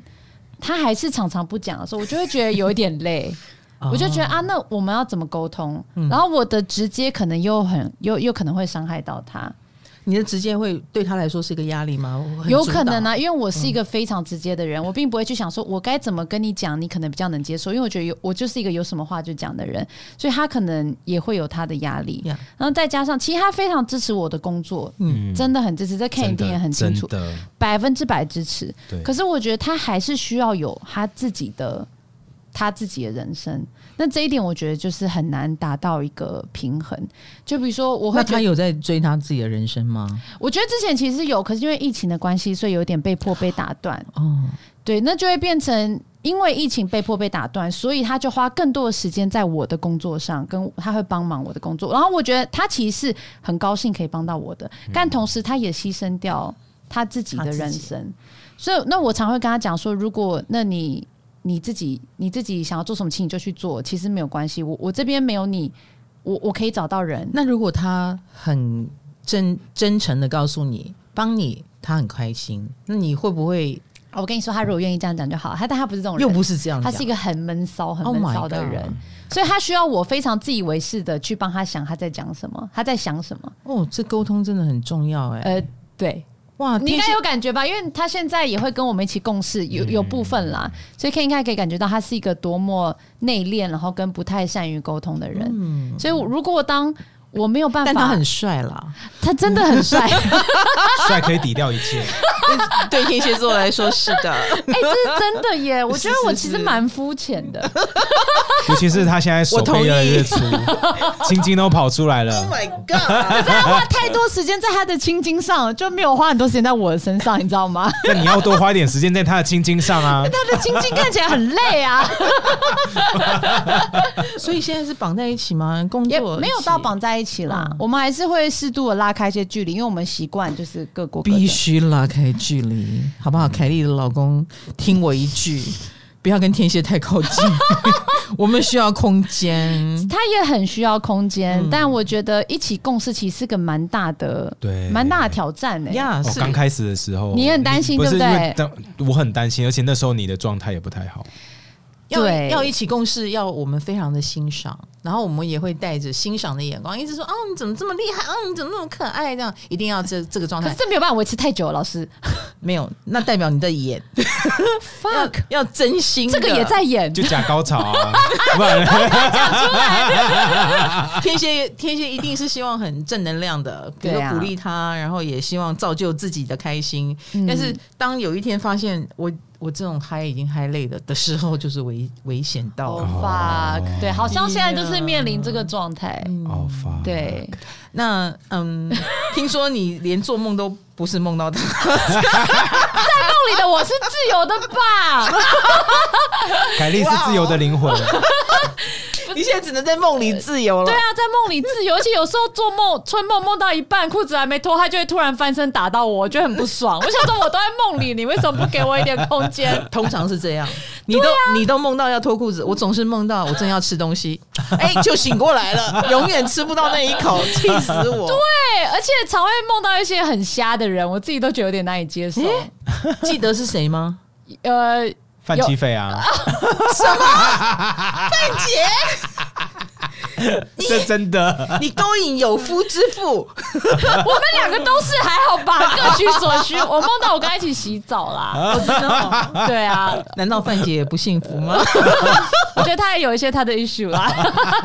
[SPEAKER 3] 他还是常常不讲的时候，我就会觉得有一点 累。
[SPEAKER 2] 哦
[SPEAKER 3] 我就觉得啊，那我们要怎么沟通？然后我的直接可能又很又又可能会伤害到他，
[SPEAKER 2] 你的直接会对他来说是一个压力吗？我很
[SPEAKER 3] 有
[SPEAKER 2] 主
[SPEAKER 3] 可能
[SPEAKER 2] 导
[SPEAKER 1] 嗯
[SPEAKER 3] 啊，因为我是一个非常直接的人，我并不会去想说我该怎么跟你讲，你可能比较能接受，因为我觉得有我就是一个有什么话就讲的人，所以他可能也会有他的压力。
[SPEAKER 2] Yeah
[SPEAKER 3] 然后再加上，其实他非常支持我的工作，
[SPEAKER 1] 嗯
[SPEAKER 3] 真的很支持，这看一定也很清楚，
[SPEAKER 1] 真的
[SPEAKER 3] 百分之百支持。
[SPEAKER 1] 对
[SPEAKER 3] 可是我觉得他还是需要有他自己的他自己的人生，那这一点我觉得就是很难达到一个平衡。就比如说，我会
[SPEAKER 2] 那
[SPEAKER 3] 觉得
[SPEAKER 2] 他有在追他自己的人生吗？
[SPEAKER 3] 我觉得之前其实有，可是因为疫情的关系，所以有点被迫被打断。
[SPEAKER 2] 哦，
[SPEAKER 3] 对，那就会变成。因为疫情被迫被打断，所以他就花更多的时间在我的工作上，跟他会帮忙我的工作。然后我觉得他其实是很高兴可以帮到我的，但同时他也牺牲掉嗯他自己的人生。所以，那我常会跟他讲说，如果那你你自己你自己想要做什么，请你就去做，其实没有关系。我我这边没有你，我我可以找到人。
[SPEAKER 2] 那如果他很真真诚的告诉你，帮你，他很开心，那你会不会
[SPEAKER 3] 啊我跟你说，他如果愿意这样讲就好，他但他不是这种人，
[SPEAKER 2] 又不是这样
[SPEAKER 3] 他
[SPEAKER 2] 讲？
[SPEAKER 3] 是一个很闷骚、很
[SPEAKER 2] Oh
[SPEAKER 3] 闷
[SPEAKER 2] my
[SPEAKER 3] 骚的
[SPEAKER 2] God
[SPEAKER 3] 人，所以他需要我非常自以为是的去帮他想他在讲什么，他在想什么。
[SPEAKER 2] 哦，这沟通真的很重要哎、
[SPEAKER 3] 呃，对，
[SPEAKER 2] 哇，
[SPEAKER 3] 你应
[SPEAKER 2] 天
[SPEAKER 3] 该
[SPEAKER 2] 蝎
[SPEAKER 3] 有感觉吧？因为他现在也会跟我们一起共事，有
[SPEAKER 2] 嗯
[SPEAKER 3] 有部分啦，所以可以应该可以感觉到他是一个多么内敛，然后跟不太善于沟通的人。所以我如果当我没有办
[SPEAKER 2] 嗯
[SPEAKER 3] 法，
[SPEAKER 2] 但他很帅 啦。
[SPEAKER 3] 他真的很 帅，哎、
[SPEAKER 1] 帅可以抵掉一切。
[SPEAKER 2] 对天蝎座来说是的，
[SPEAKER 3] 哎这是真的 耶！我觉得
[SPEAKER 2] 是
[SPEAKER 3] 我
[SPEAKER 2] 是
[SPEAKER 3] 其实
[SPEAKER 2] 是
[SPEAKER 3] 蛮肤浅的，
[SPEAKER 1] 尤其是他现在手
[SPEAKER 2] 我同
[SPEAKER 1] 背
[SPEAKER 2] 意
[SPEAKER 1] 越来越粗，青筋都跑出来了。
[SPEAKER 2] Oh my god！
[SPEAKER 3] 他花太多时间在他的青筋上，就没有花很多时间在我的身上，你知道吗？
[SPEAKER 1] 那你要多花一点时间在他的青筋上啊！
[SPEAKER 3] 他的青筋看起来很累啊，
[SPEAKER 2] 所以现在是绑在一起吗？工
[SPEAKER 3] 也
[SPEAKER 2] 作
[SPEAKER 3] 没有到绑在一起啦。
[SPEAKER 2] 嗯
[SPEAKER 3] 我们还是会适度的拉开一些距离，因为我们习惯就是各过各的
[SPEAKER 2] 必须拉开距离，好不好？凯莉的老公，听我一 句，不要跟天蝎太靠近， 我们需要空 间。
[SPEAKER 3] 他也很需要空间，
[SPEAKER 2] 嗯
[SPEAKER 3] 但我觉得一起共事其实是个蛮大的，
[SPEAKER 1] 对
[SPEAKER 3] 蛮大的挑战欸呢、
[SPEAKER 2] 呀、
[SPEAKER 1] 我哦
[SPEAKER 2] 是
[SPEAKER 1] 刚开始的时候，
[SPEAKER 3] 啊你很担心
[SPEAKER 1] 不是
[SPEAKER 3] 对不对
[SPEAKER 1] 因为当我很担心，而且那时候你的状态也不太好。
[SPEAKER 2] 要
[SPEAKER 3] 对
[SPEAKER 2] 要一起共事，要我们非常的欣赏，然后我们也会带着欣赏的眼光，一直说：“哦，你怎么这么厉害？哦，你怎么那么可爱？”这样一定要这这个状
[SPEAKER 3] 可是
[SPEAKER 2] 态
[SPEAKER 3] 这没有办法维持太久，老师
[SPEAKER 2] 没有，那代表你在演，
[SPEAKER 3] ，fuck，
[SPEAKER 2] 要真心的。
[SPEAKER 3] 这个也在演
[SPEAKER 1] 就。假高潮 啊，不然
[SPEAKER 2] 天蝎，天蝎一定是希望很正能量的，比如
[SPEAKER 3] 对
[SPEAKER 2] 说
[SPEAKER 3] 啊
[SPEAKER 2] 鼓励他，然后也希望造就自己的开心。
[SPEAKER 3] 嗯
[SPEAKER 2] 但是当有一天发现我我这种嗨已经嗨累了的时候，就是危危险到
[SPEAKER 3] 哦
[SPEAKER 2] 了。
[SPEAKER 3] fuck，对，好像现在就是面临这个状态。
[SPEAKER 1] 哦 fuck，
[SPEAKER 2] Oh
[SPEAKER 3] 对，
[SPEAKER 2] 那嗯，听说你连做梦都不是梦到他，
[SPEAKER 3] 梦里的我是自由的吧？
[SPEAKER 1] 凯莉是自由的灵魂，
[SPEAKER 3] 哦
[SPEAKER 2] 你现在只能在梦里自由了。
[SPEAKER 3] 对啊，在梦里自由，而且有时候做梦，春梦梦到一半，裤子还没脱，他就会突然翻身打到我，我就很不爽。我想说，我都在梦里，你为什么不给我一点空间？
[SPEAKER 2] 通常是这样，你都、你都梦到要脱裤子，我总是梦到我正要吃东西， 哎、就醒过来了， 永远吃不到那一口，气死我！
[SPEAKER 3] 对，而且常会梦到一些很瞎的人，我自己都觉得有点难以接受。
[SPEAKER 2] 啊记得是谁吗？
[SPEAKER 3] 呃，
[SPEAKER 1] 范琪斐啊， 这真的
[SPEAKER 2] 你勾引有夫之 妇，
[SPEAKER 3] 我们两个都是还好吧，各取所需。我梦到我跟他一起洗澡啦，
[SPEAKER 2] 我知道。
[SPEAKER 3] 对啊，
[SPEAKER 2] 难道范姐也不幸福吗？
[SPEAKER 3] 我觉得他也有一些他的 issue 啦。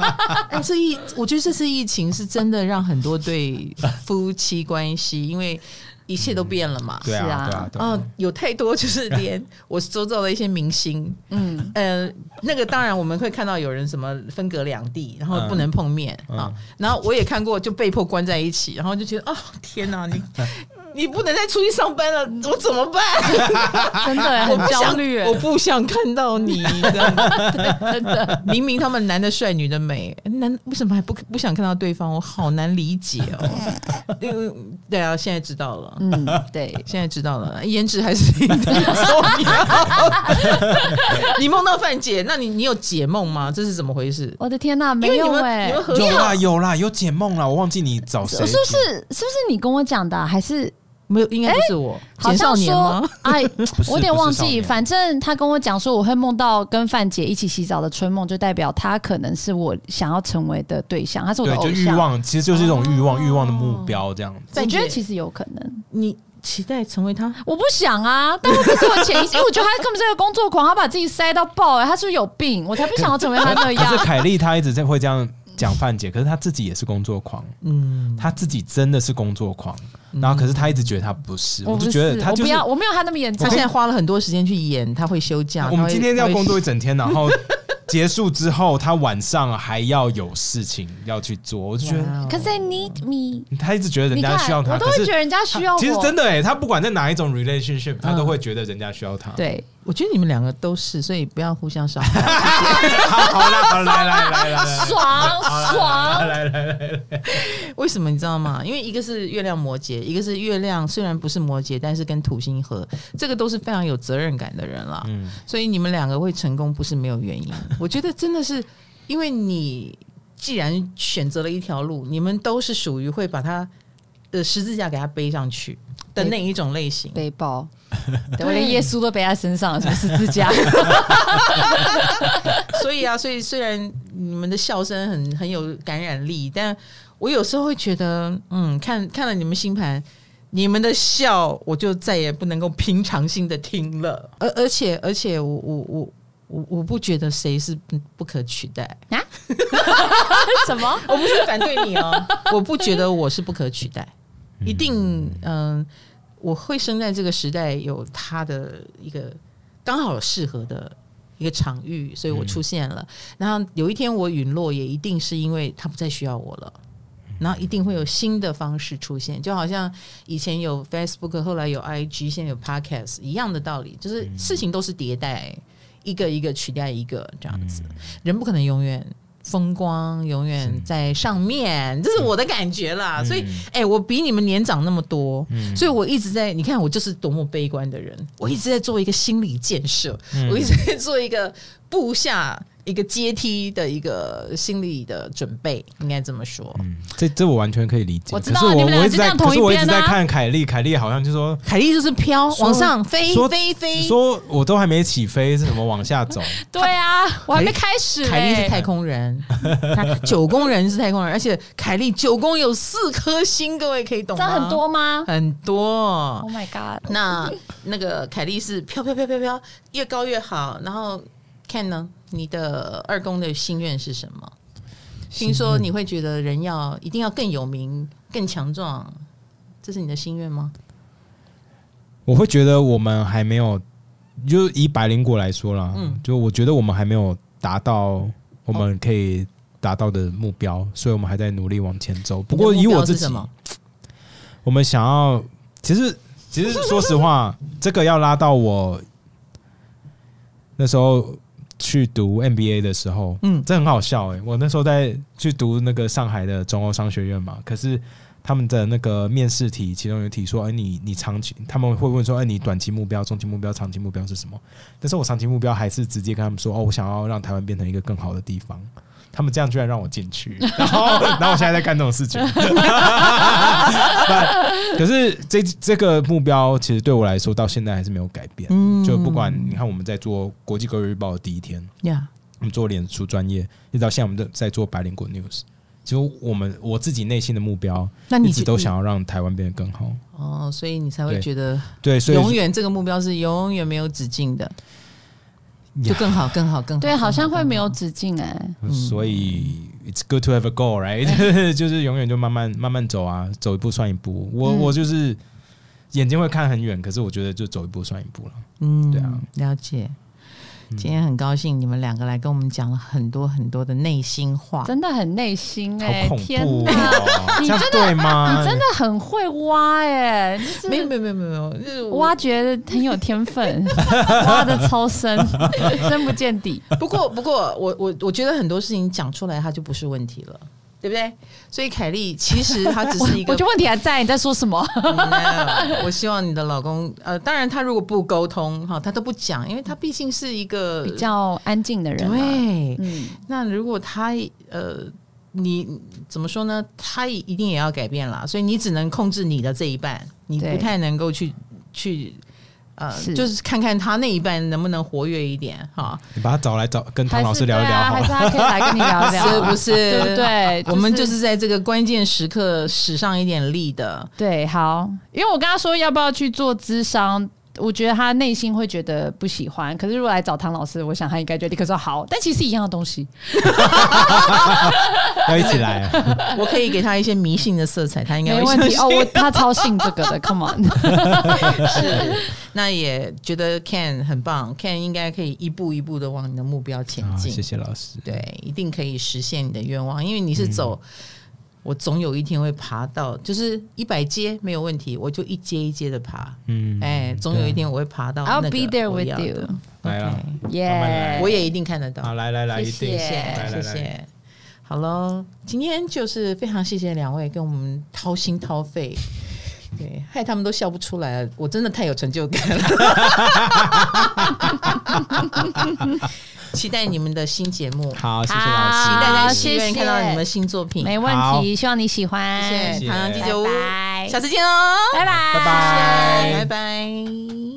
[SPEAKER 2] 哎，这疫，我觉得这次疫情是真的让很多对夫妻关系，因为一切都变了嘛。
[SPEAKER 1] 对
[SPEAKER 3] 是
[SPEAKER 1] 啊
[SPEAKER 3] 啊
[SPEAKER 1] 对啊对
[SPEAKER 2] 嗯、
[SPEAKER 1] 啊，
[SPEAKER 2] 有太多就是 连我周遭的一些明星，嗯呃，那个当然我们会看到有人什么分隔两地，然后不能碰面、
[SPEAKER 1] 嗯
[SPEAKER 2] 啊，然后我也看过就被迫关在一起，然后就觉得哦天哪， 你你不能再出去上班了，我怎么办？
[SPEAKER 3] 真的很
[SPEAKER 2] 我不想
[SPEAKER 3] 焦虑耶，
[SPEAKER 2] 我不想看 到你这样子
[SPEAKER 3] 真的。
[SPEAKER 2] 明明他们男的帅，女的美，男为什么还不不想看到对方？我好难理解哦。 嗯对啊，现在知道了，
[SPEAKER 3] 嗯，对，
[SPEAKER 2] 现在知道了，颜值还是挺重要的。 你梦到范姐，那你你有解梦吗？这是怎么回事？
[SPEAKER 3] 我的天哪，没
[SPEAKER 2] 因为
[SPEAKER 3] 有
[SPEAKER 2] 你们
[SPEAKER 3] 哎、
[SPEAKER 2] 你们合
[SPEAKER 1] 有啊
[SPEAKER 2] 作
[SPEAKER 1] 啦有啦，有解梦啦，我忘记你找
[SPEAKER 3] 是
[SPEAKER 1] 谁
[SPEAKER 3] 不
[SPEAKER 1] 解，
[SPEAKER 3] 是是不是你跟我讲的啊、还是
[SPEAKER 2] 没有？应该不是我，
[SPEAKER 3] 哎好
[SPEAKER 2] 简少
[SPEAKER 3] 像
[SPEAKER 2] 年
[SPEAKER 3] 说
[SPEAKER 2] 吗？
[SPEAKER 3] 哎，
[SPEAKER 1] 是
[SPEAKER 3] 我有点 忘
[SPEAKER 1] 不是少
[SPEAKER 3] 记，
[SPEAKER 1] 年
[SPEAKER 3] 反正他跟我讲说我会梦到跟范姐一起洗澡的春梦，就代表他可能是我想要成为的对象，他是我的
[SPEAKER 1] 对，
[SPEAKER 3] 偶
[SPEAKER 1] 就
[SPEAKER 3] 像。哦
[SPEAKER 1] 欲望，其实就是一种欲望，欲望的目标这样子。
[SPEAKER 3] 我
[SPEAKER 2] 范
[SPEAKER 3] 觉得
[SPEAKER 2] 姐
[SPEAKER 3] 其实有可能，
[SPEAKER 2] 你期待成为他？
[SPEAKER 3] 我不想啊，但我可是我潜意识，因为我觉得他根本是个工作狂，他把自己塞到爆、欸，他是不是有病？我才不想要成为他那
[SPEAKER 1] 可是
[SPEAKER 3] 样。
[SPEAKER 1] 凯莉她一直在会这样讲范姐，可是她自己也是工作狂，
[SPEAKER 2] 嗯，
[SPEAKER 1] 她自己真的是工作狂，然后可是她一直觉得她不是，
[SPEAKER 3] 我
[SPEAKER 1] 我
[SPEAKER 3] 不
[SPEAKER 1] 就是觉得，她
[SPEAKER 3] 我
[SPEAKER 1] 就
[SPEAKER 3] 不
[SPEAKER 1] 是
[SPEAKER 3] 要，我没有他那么严重
[SPEAKER 2] 他。现在花了很多时间去演，他会休假。
[SPEAKER 1] 我
[SPEAKER 2] 他
[SPEAKER 1] 们
[SPEAKER 2] 会
[SPEAKER 1] 今天要工作一。
[SPEAKER 2] 他会
[SPEAKER 1] 整天，然后结束之后，他晚上还要有事情要去做，我就觉得
[SPEAKER 2] 哇哦
[SPEAKER 3] 可是 need me，
[SPEAKER 1] 他一直觉得人
[SPEAKER 3] 你
[SPEAKER 1] 家
[SPEAKER 3] 看
[SPEAKER 1] 需要他，
[SPEAKER 3] 我都
[SPEAKER 1] 可
[SPEAKER 3] 会
[SPEAKER 1] 是
[SPEAKER 3] 觉得人家需要我。
[SPEAKER 1] 欸其实真的哎、他不管在哪一种 relationship，他都会觉得人家需要他。
[SPEAKER 3] 对，
[SPEAKER 2] 我觉得你们两个都是，所以不要互相伤害。
[SPEAKER 1] 好好啦，好来来来来来，
[SPEAKER 4] 爽爽，
[SPEAKER 1] 来来来，
[SPEAKER 2] 为什么你知道吗？因为一个是月亮摩羯，一个是月亮虽然不是摩羯，但是跟土星合，这个都是非常有责任感的人啦。
[SPEAKER 1] 嗯，
[SPEAKER 2] 所以你们两个会成功不是没有原因。我觉得真的是因为你既然选择了一条路，你们都是属于会把它呃十字架给它背上去的那一种类型。
[SPEAKER 3] 背 包，对我连耶稣都背在身上了，什么十字架？
[SPEAKER 2] 所以啊，所以虽然你们的笑声很很有感染力，但我有时候会觉得，嗯，看看了你们星盘，你们的笑我就再也不能够平常心的听了。而而且而且我，我我我我不觉得谁是不不可取代，
[SPEAKER 4] 什 么？
[SPEAKER 2] 我不是反对你哦，我不觉得我是不可取代，一定嗯、我会生在这个时代，有它的一个刚好适合的一个场域，所以我出现了。然后有一天我陨落，也一定是因为他不再需要我了。然后一定会有新的方式出现，就好像以前有 Facebook，后来有 IG，现在有 Podcast 一样的道理，就是事情都是迭代，一个一个取代一个这样子。
[SPEAKER 1] 嗯
[SPEAKER 2] 人不可能永远风光，永远在上面，这是我的感觉啦。
[SPEAKER 1] 嗯
[SPEAKER 2] 所以，哎、我比你们年长那么多，所以我一直在，你看我就是多么悲观的人，我一直在做一个心理建设，
[SPEAKER 1] 嗯
[SPEAKER 2] 我一直在做一个布下一个阶梯的一个心理的准备，应该这么说。
[SPEAKER 1] 嗯，这这我完全可以理解。
[SPEAKER 4] 我知
[SPEAKER 1] 可
[SPEAKER 4] 道
[SPEAKER 1] 是
[SPEAKER 4] 你
[SPEAKER 1] 我
[SPEAKER 4] 们俩
[SPEAKER 1] 我一
[SPEAKER 4] 就
[SPEAKER 1] 直
[SPEAKER 4] 这
[SPEAKER 1] 在，
[SPEAKER 4] 样
[SPEAKER 1] 可
[SPEAKER 4] 同
[SPEAKER 1] 是
[SPEAKER 4] 一
[SPEAKER 1] 我一直
[SPEAKER 4] 边
[SPEAKER 1] 在
[SPEAKER 4] 啊
[SPEAKER 1] 看凯莉，凯莉好像就说
[SPEAKER 2] 凯莉就是飘
[SPEAKER 1] 说
[SPEAKER 2] 往上飞
[SPEAKER 1] 说
[SPEAKER 2] 飞
[SPEAKER 4] 哎
[SPEAKER 2] 飞，
[SPEAKER 1] 说我都还没起飞，是怎么往下走？
[SPEAKER 4] 对啊，我还没开始、欸。
[SPEAKER 2] 凯莉是太空人， 她九宫人是太空人，而且凯莉九宫有四颗星，各位可以懂
[SPEAKER 4] 这
[SPEAKER 2] 吗？
[SPEAKER 4] 样很多吗
[SPEAKER 2] 很多
[SPEAKER 4] ？Oh。my god！
[SPEAKER 2] 那那个凯莉是飘飘飘飘飘，越高越好。然后看呢，你的二宫的心愿是什么？听说你会觉得人要一定要更有名、更强壮，这是你的心愿吗？
[SPEAKER 1] 我会觉得我们还没有，就以百灵果来说啦，
[SPEAKER 2] 嗯哦
[SPEAKER 1] 就我觉得我们还没有达到我们可以达到的目标，所以我们还在努力往前走。不过
[SPEAKER 2] 你的
[SPEAKER 1] 以
[SPEAKER 2] 目标
[SPEAKER 1] 我自
[SPEAKER 2] 是
[SPEAKER 1] 己
[SPEAKER 2] 什，么？
[SPEAKER 1] 我们想要，其实其实说实话，这个要拉到我那时候去读 MBA 的时候，
[SPEAKER 2] 嗯
[SPEAKER 1] 嗯，这很好笑哎、我那时候在去读那个上海的中欧商学院嘛，可是他们的那个面试题，其中有一题说，哎、你你长期他们会问说，哎、你短期目标、中期目标、长期目标是什么？但是我长期目标还是直接跟他们说，哦，我想要让台湾变成一个更好的地方。他们这样居然让我进去，然后， 然后我现在在干这种事情。But- 可是这这个目标其实对我来说到现在还是没有改变。
[SPEAKER 2] 嗯
[SPEAKER 1] 就不管你看我们在做国际各日报的第一天，
[SPEAKER 2] 呀
[SPEAKER 1] 我们做脸书专业，一直到现在我们在在做百灵果 news。其实我们我自己内心的目标，
[SPEAKER 2] 那
[SPEAKER 3] 嗯
[SPEAKER 2] 你
[SPEAKER 1] 一直都想要让台湾变得更好。
[SPEAKER 2] 哦，所以你才会
[SPEAKER 1] 对
[SPEAKER 2] 觉得
[SPEAKER 1] 对，所以
[SPEAKER 2] 永远这个目标是永远没有止境的，就更好，更好，更好。
[SPEAKER 3] 对，好像会没有
[SPEAKER 2] 更好。
[SPEAKER 3] 止境哎、
[SPEAKER 1] 所以
[SPEAKER 3] 嗯
[SPEAKER 1] it's good to have a goal, right？就是 就是永远就慢慢慢慢走啊，走一步算一步。我、
[SPEAKER 3] 嗯
[SPEAKER 1] 我就是眼睛会看很远，可是我觉得就走一步算一步了。
[SPEAKER 2] 嗯，
[SPEAKER 1] 对啊，
[SPEAKER 2] 了解。今天很高兴你们两个来跟我们讲了很多很多的内心话，
[SPEAKER 3] 真的很内心
[SPEAKER 1] 好
[SPEAKER 3] 哎、
[SPEAKER 1] 恐
[SPEAKER 3] 天
[SPEAKER 1] 怖、
[SPEAKER 3] 哪，
[SPEAKER 1] 哦！
[SPEAKER 3] 你
[SPEAKER 1] 这样对吗？
[SPEAKER 3] 你真的很会挖哎、就是
[SPEAKER 2] 没有没有没有没有，就是我
[SPEAKER 3] 挖掘很有天 分，挖的超深，深不见底。
[SPEAKER 2] 不过，不过，我我我觉得很多事情讲出来，它就不是问题了，对不对？所以凯莉其实她只 是一个
[SPEAKER 3] 我觉得问题还在，你在说什么？
[SPEAKER 2] No，我希望你的老公，呃，当然他如果不沟通哈，他都不讲，因为他毕竟是一个
[SPEAKER 3] 比较安静的人、啊，
[SPEAKER 2] 对。
[SPEAKER 3] 嗯，
[SPEAKER 2] 那如果他呃，你怎么说呢？他一定也要改变啦，所以你只能控制你的这一半，你
[SPEAKER 3] 对
[SPEAKER 2] 不太能够去去。呃，
[SPEAKER 3] 是
[SPEAKER 2] 就是看看他那一半能不能活跃一点哈，
[SPEAKER 1] 你把他找来找，跟唐
[SPEAKER 3] 还
[SPEAKER 1] 老
[SPEAKER 3] 是
[SPEAKER 1] 师聊一
[SPEAKER 3] 对
[SPEAKER 1] 聊
[SPEAKER 3] 啊，
[SPEAKER 1] 好
[SPEAKER 3] 还
[SPEAKER 1] 了
[SPEAKER 3] 是。他可以来跟你聊聊 啊，
[SPEAKER 2] 是不是？
[SPEAKER 3] 对不对？
[SPEAKER 2] 我们就是在这个关键时刻使上一点力 的。
[SPEAKER 3] 对，好，因为我跟他说要不要去做咨商，我觉得他内心会觉得不喜欢。可是如果来找唐老师，我想他应该就立刻说好，但其实一样的东 西。
[SPEAKER 1] 要一起来，啊
[SPEAKER 2] 我可以给他一些迷信的色彩，他应该
[SPEAKER 3] 没
[SPEAKER 2] 会
[SPEAKER 3] 问题
[SPEAKER 2] 相
[SPEAKER 3] 哦，
[SPEAKER 2] 信
[SPEAKER 3] 我他超信这 个的，Come on，
[SPEAKER 2] 是， 那也觉得 Ken 很棒，Ken 应该可以一步一步的往你的目标前
[SPEAKER 1] 啊
[SPEAKER 2] 进。
[SPEAKER 1] 谢谢老师。
[SPEAKER 2] 对，一定可以实现你的愿望，因为
[SPEAKER 1] 嗯
[SPEAKER 2] 你是走，我总有一天会爬到，就是一百阶没有问题，我就一阶一阶的爬。
[SPEAKER 1] 嗯，
[SPEAKER 2] 哎，对，总有一天我会爬到
[SPEAKER 3] I'll
[SPEAKER 2] 那
[SPEAKER 3] be
[SPEAKER 2] 个
[SPEAKER 3] there
[SPEAKER 2] 我要
[SPEAKER 3] with
[SPEAKER 2] 的
[SPEAKER 3] you，
[SPEAKER 1] 来啦，慢慢
[SPEAKER 3] 耶
[SPEAKER 1] 来！
[SPEAKER 2] 我也一定看得到
[SPEAKER 1] 好，。来来来，一
[SPEAKER 3] 谢
[SPEAKER 1] 定，
[SPEAKER 3] 谢
[SPEAKER 1] 来来
[SPEAKER 2] 谢
[SPEAKER 1] 来，
[SPEAKER 2] 谢。好喽，今天就是非常谢谢两位跟我们掏心掏肺，对，害他们都笑不出来了，我真的太有成就感了。 期待你们的新节目，期
[SPEAKER 1] 好，谢谢老师。
[SPEAKER 2] 待
[SPEAKER 3] 好
[SPEAKER 2] 在戏院
[SPEAKER 3] 谢谢
[SPEAKER 2] 看到你们新作品。
[SPEAKER 3] 没问题，希望你喜欢。
[SPEAKER 2] 谢谢
[SPEAKER 1] 谢
[SPEAKER 2] 唐阳鸡酒屋
[SPEAKER 3] 拜，拜
[SPEAKER 2] 下次见哦，
[SPEAKER 3] 拜拜，
[SPEAKER 1] 拜拜
[SPEAKER 2] 拜拜。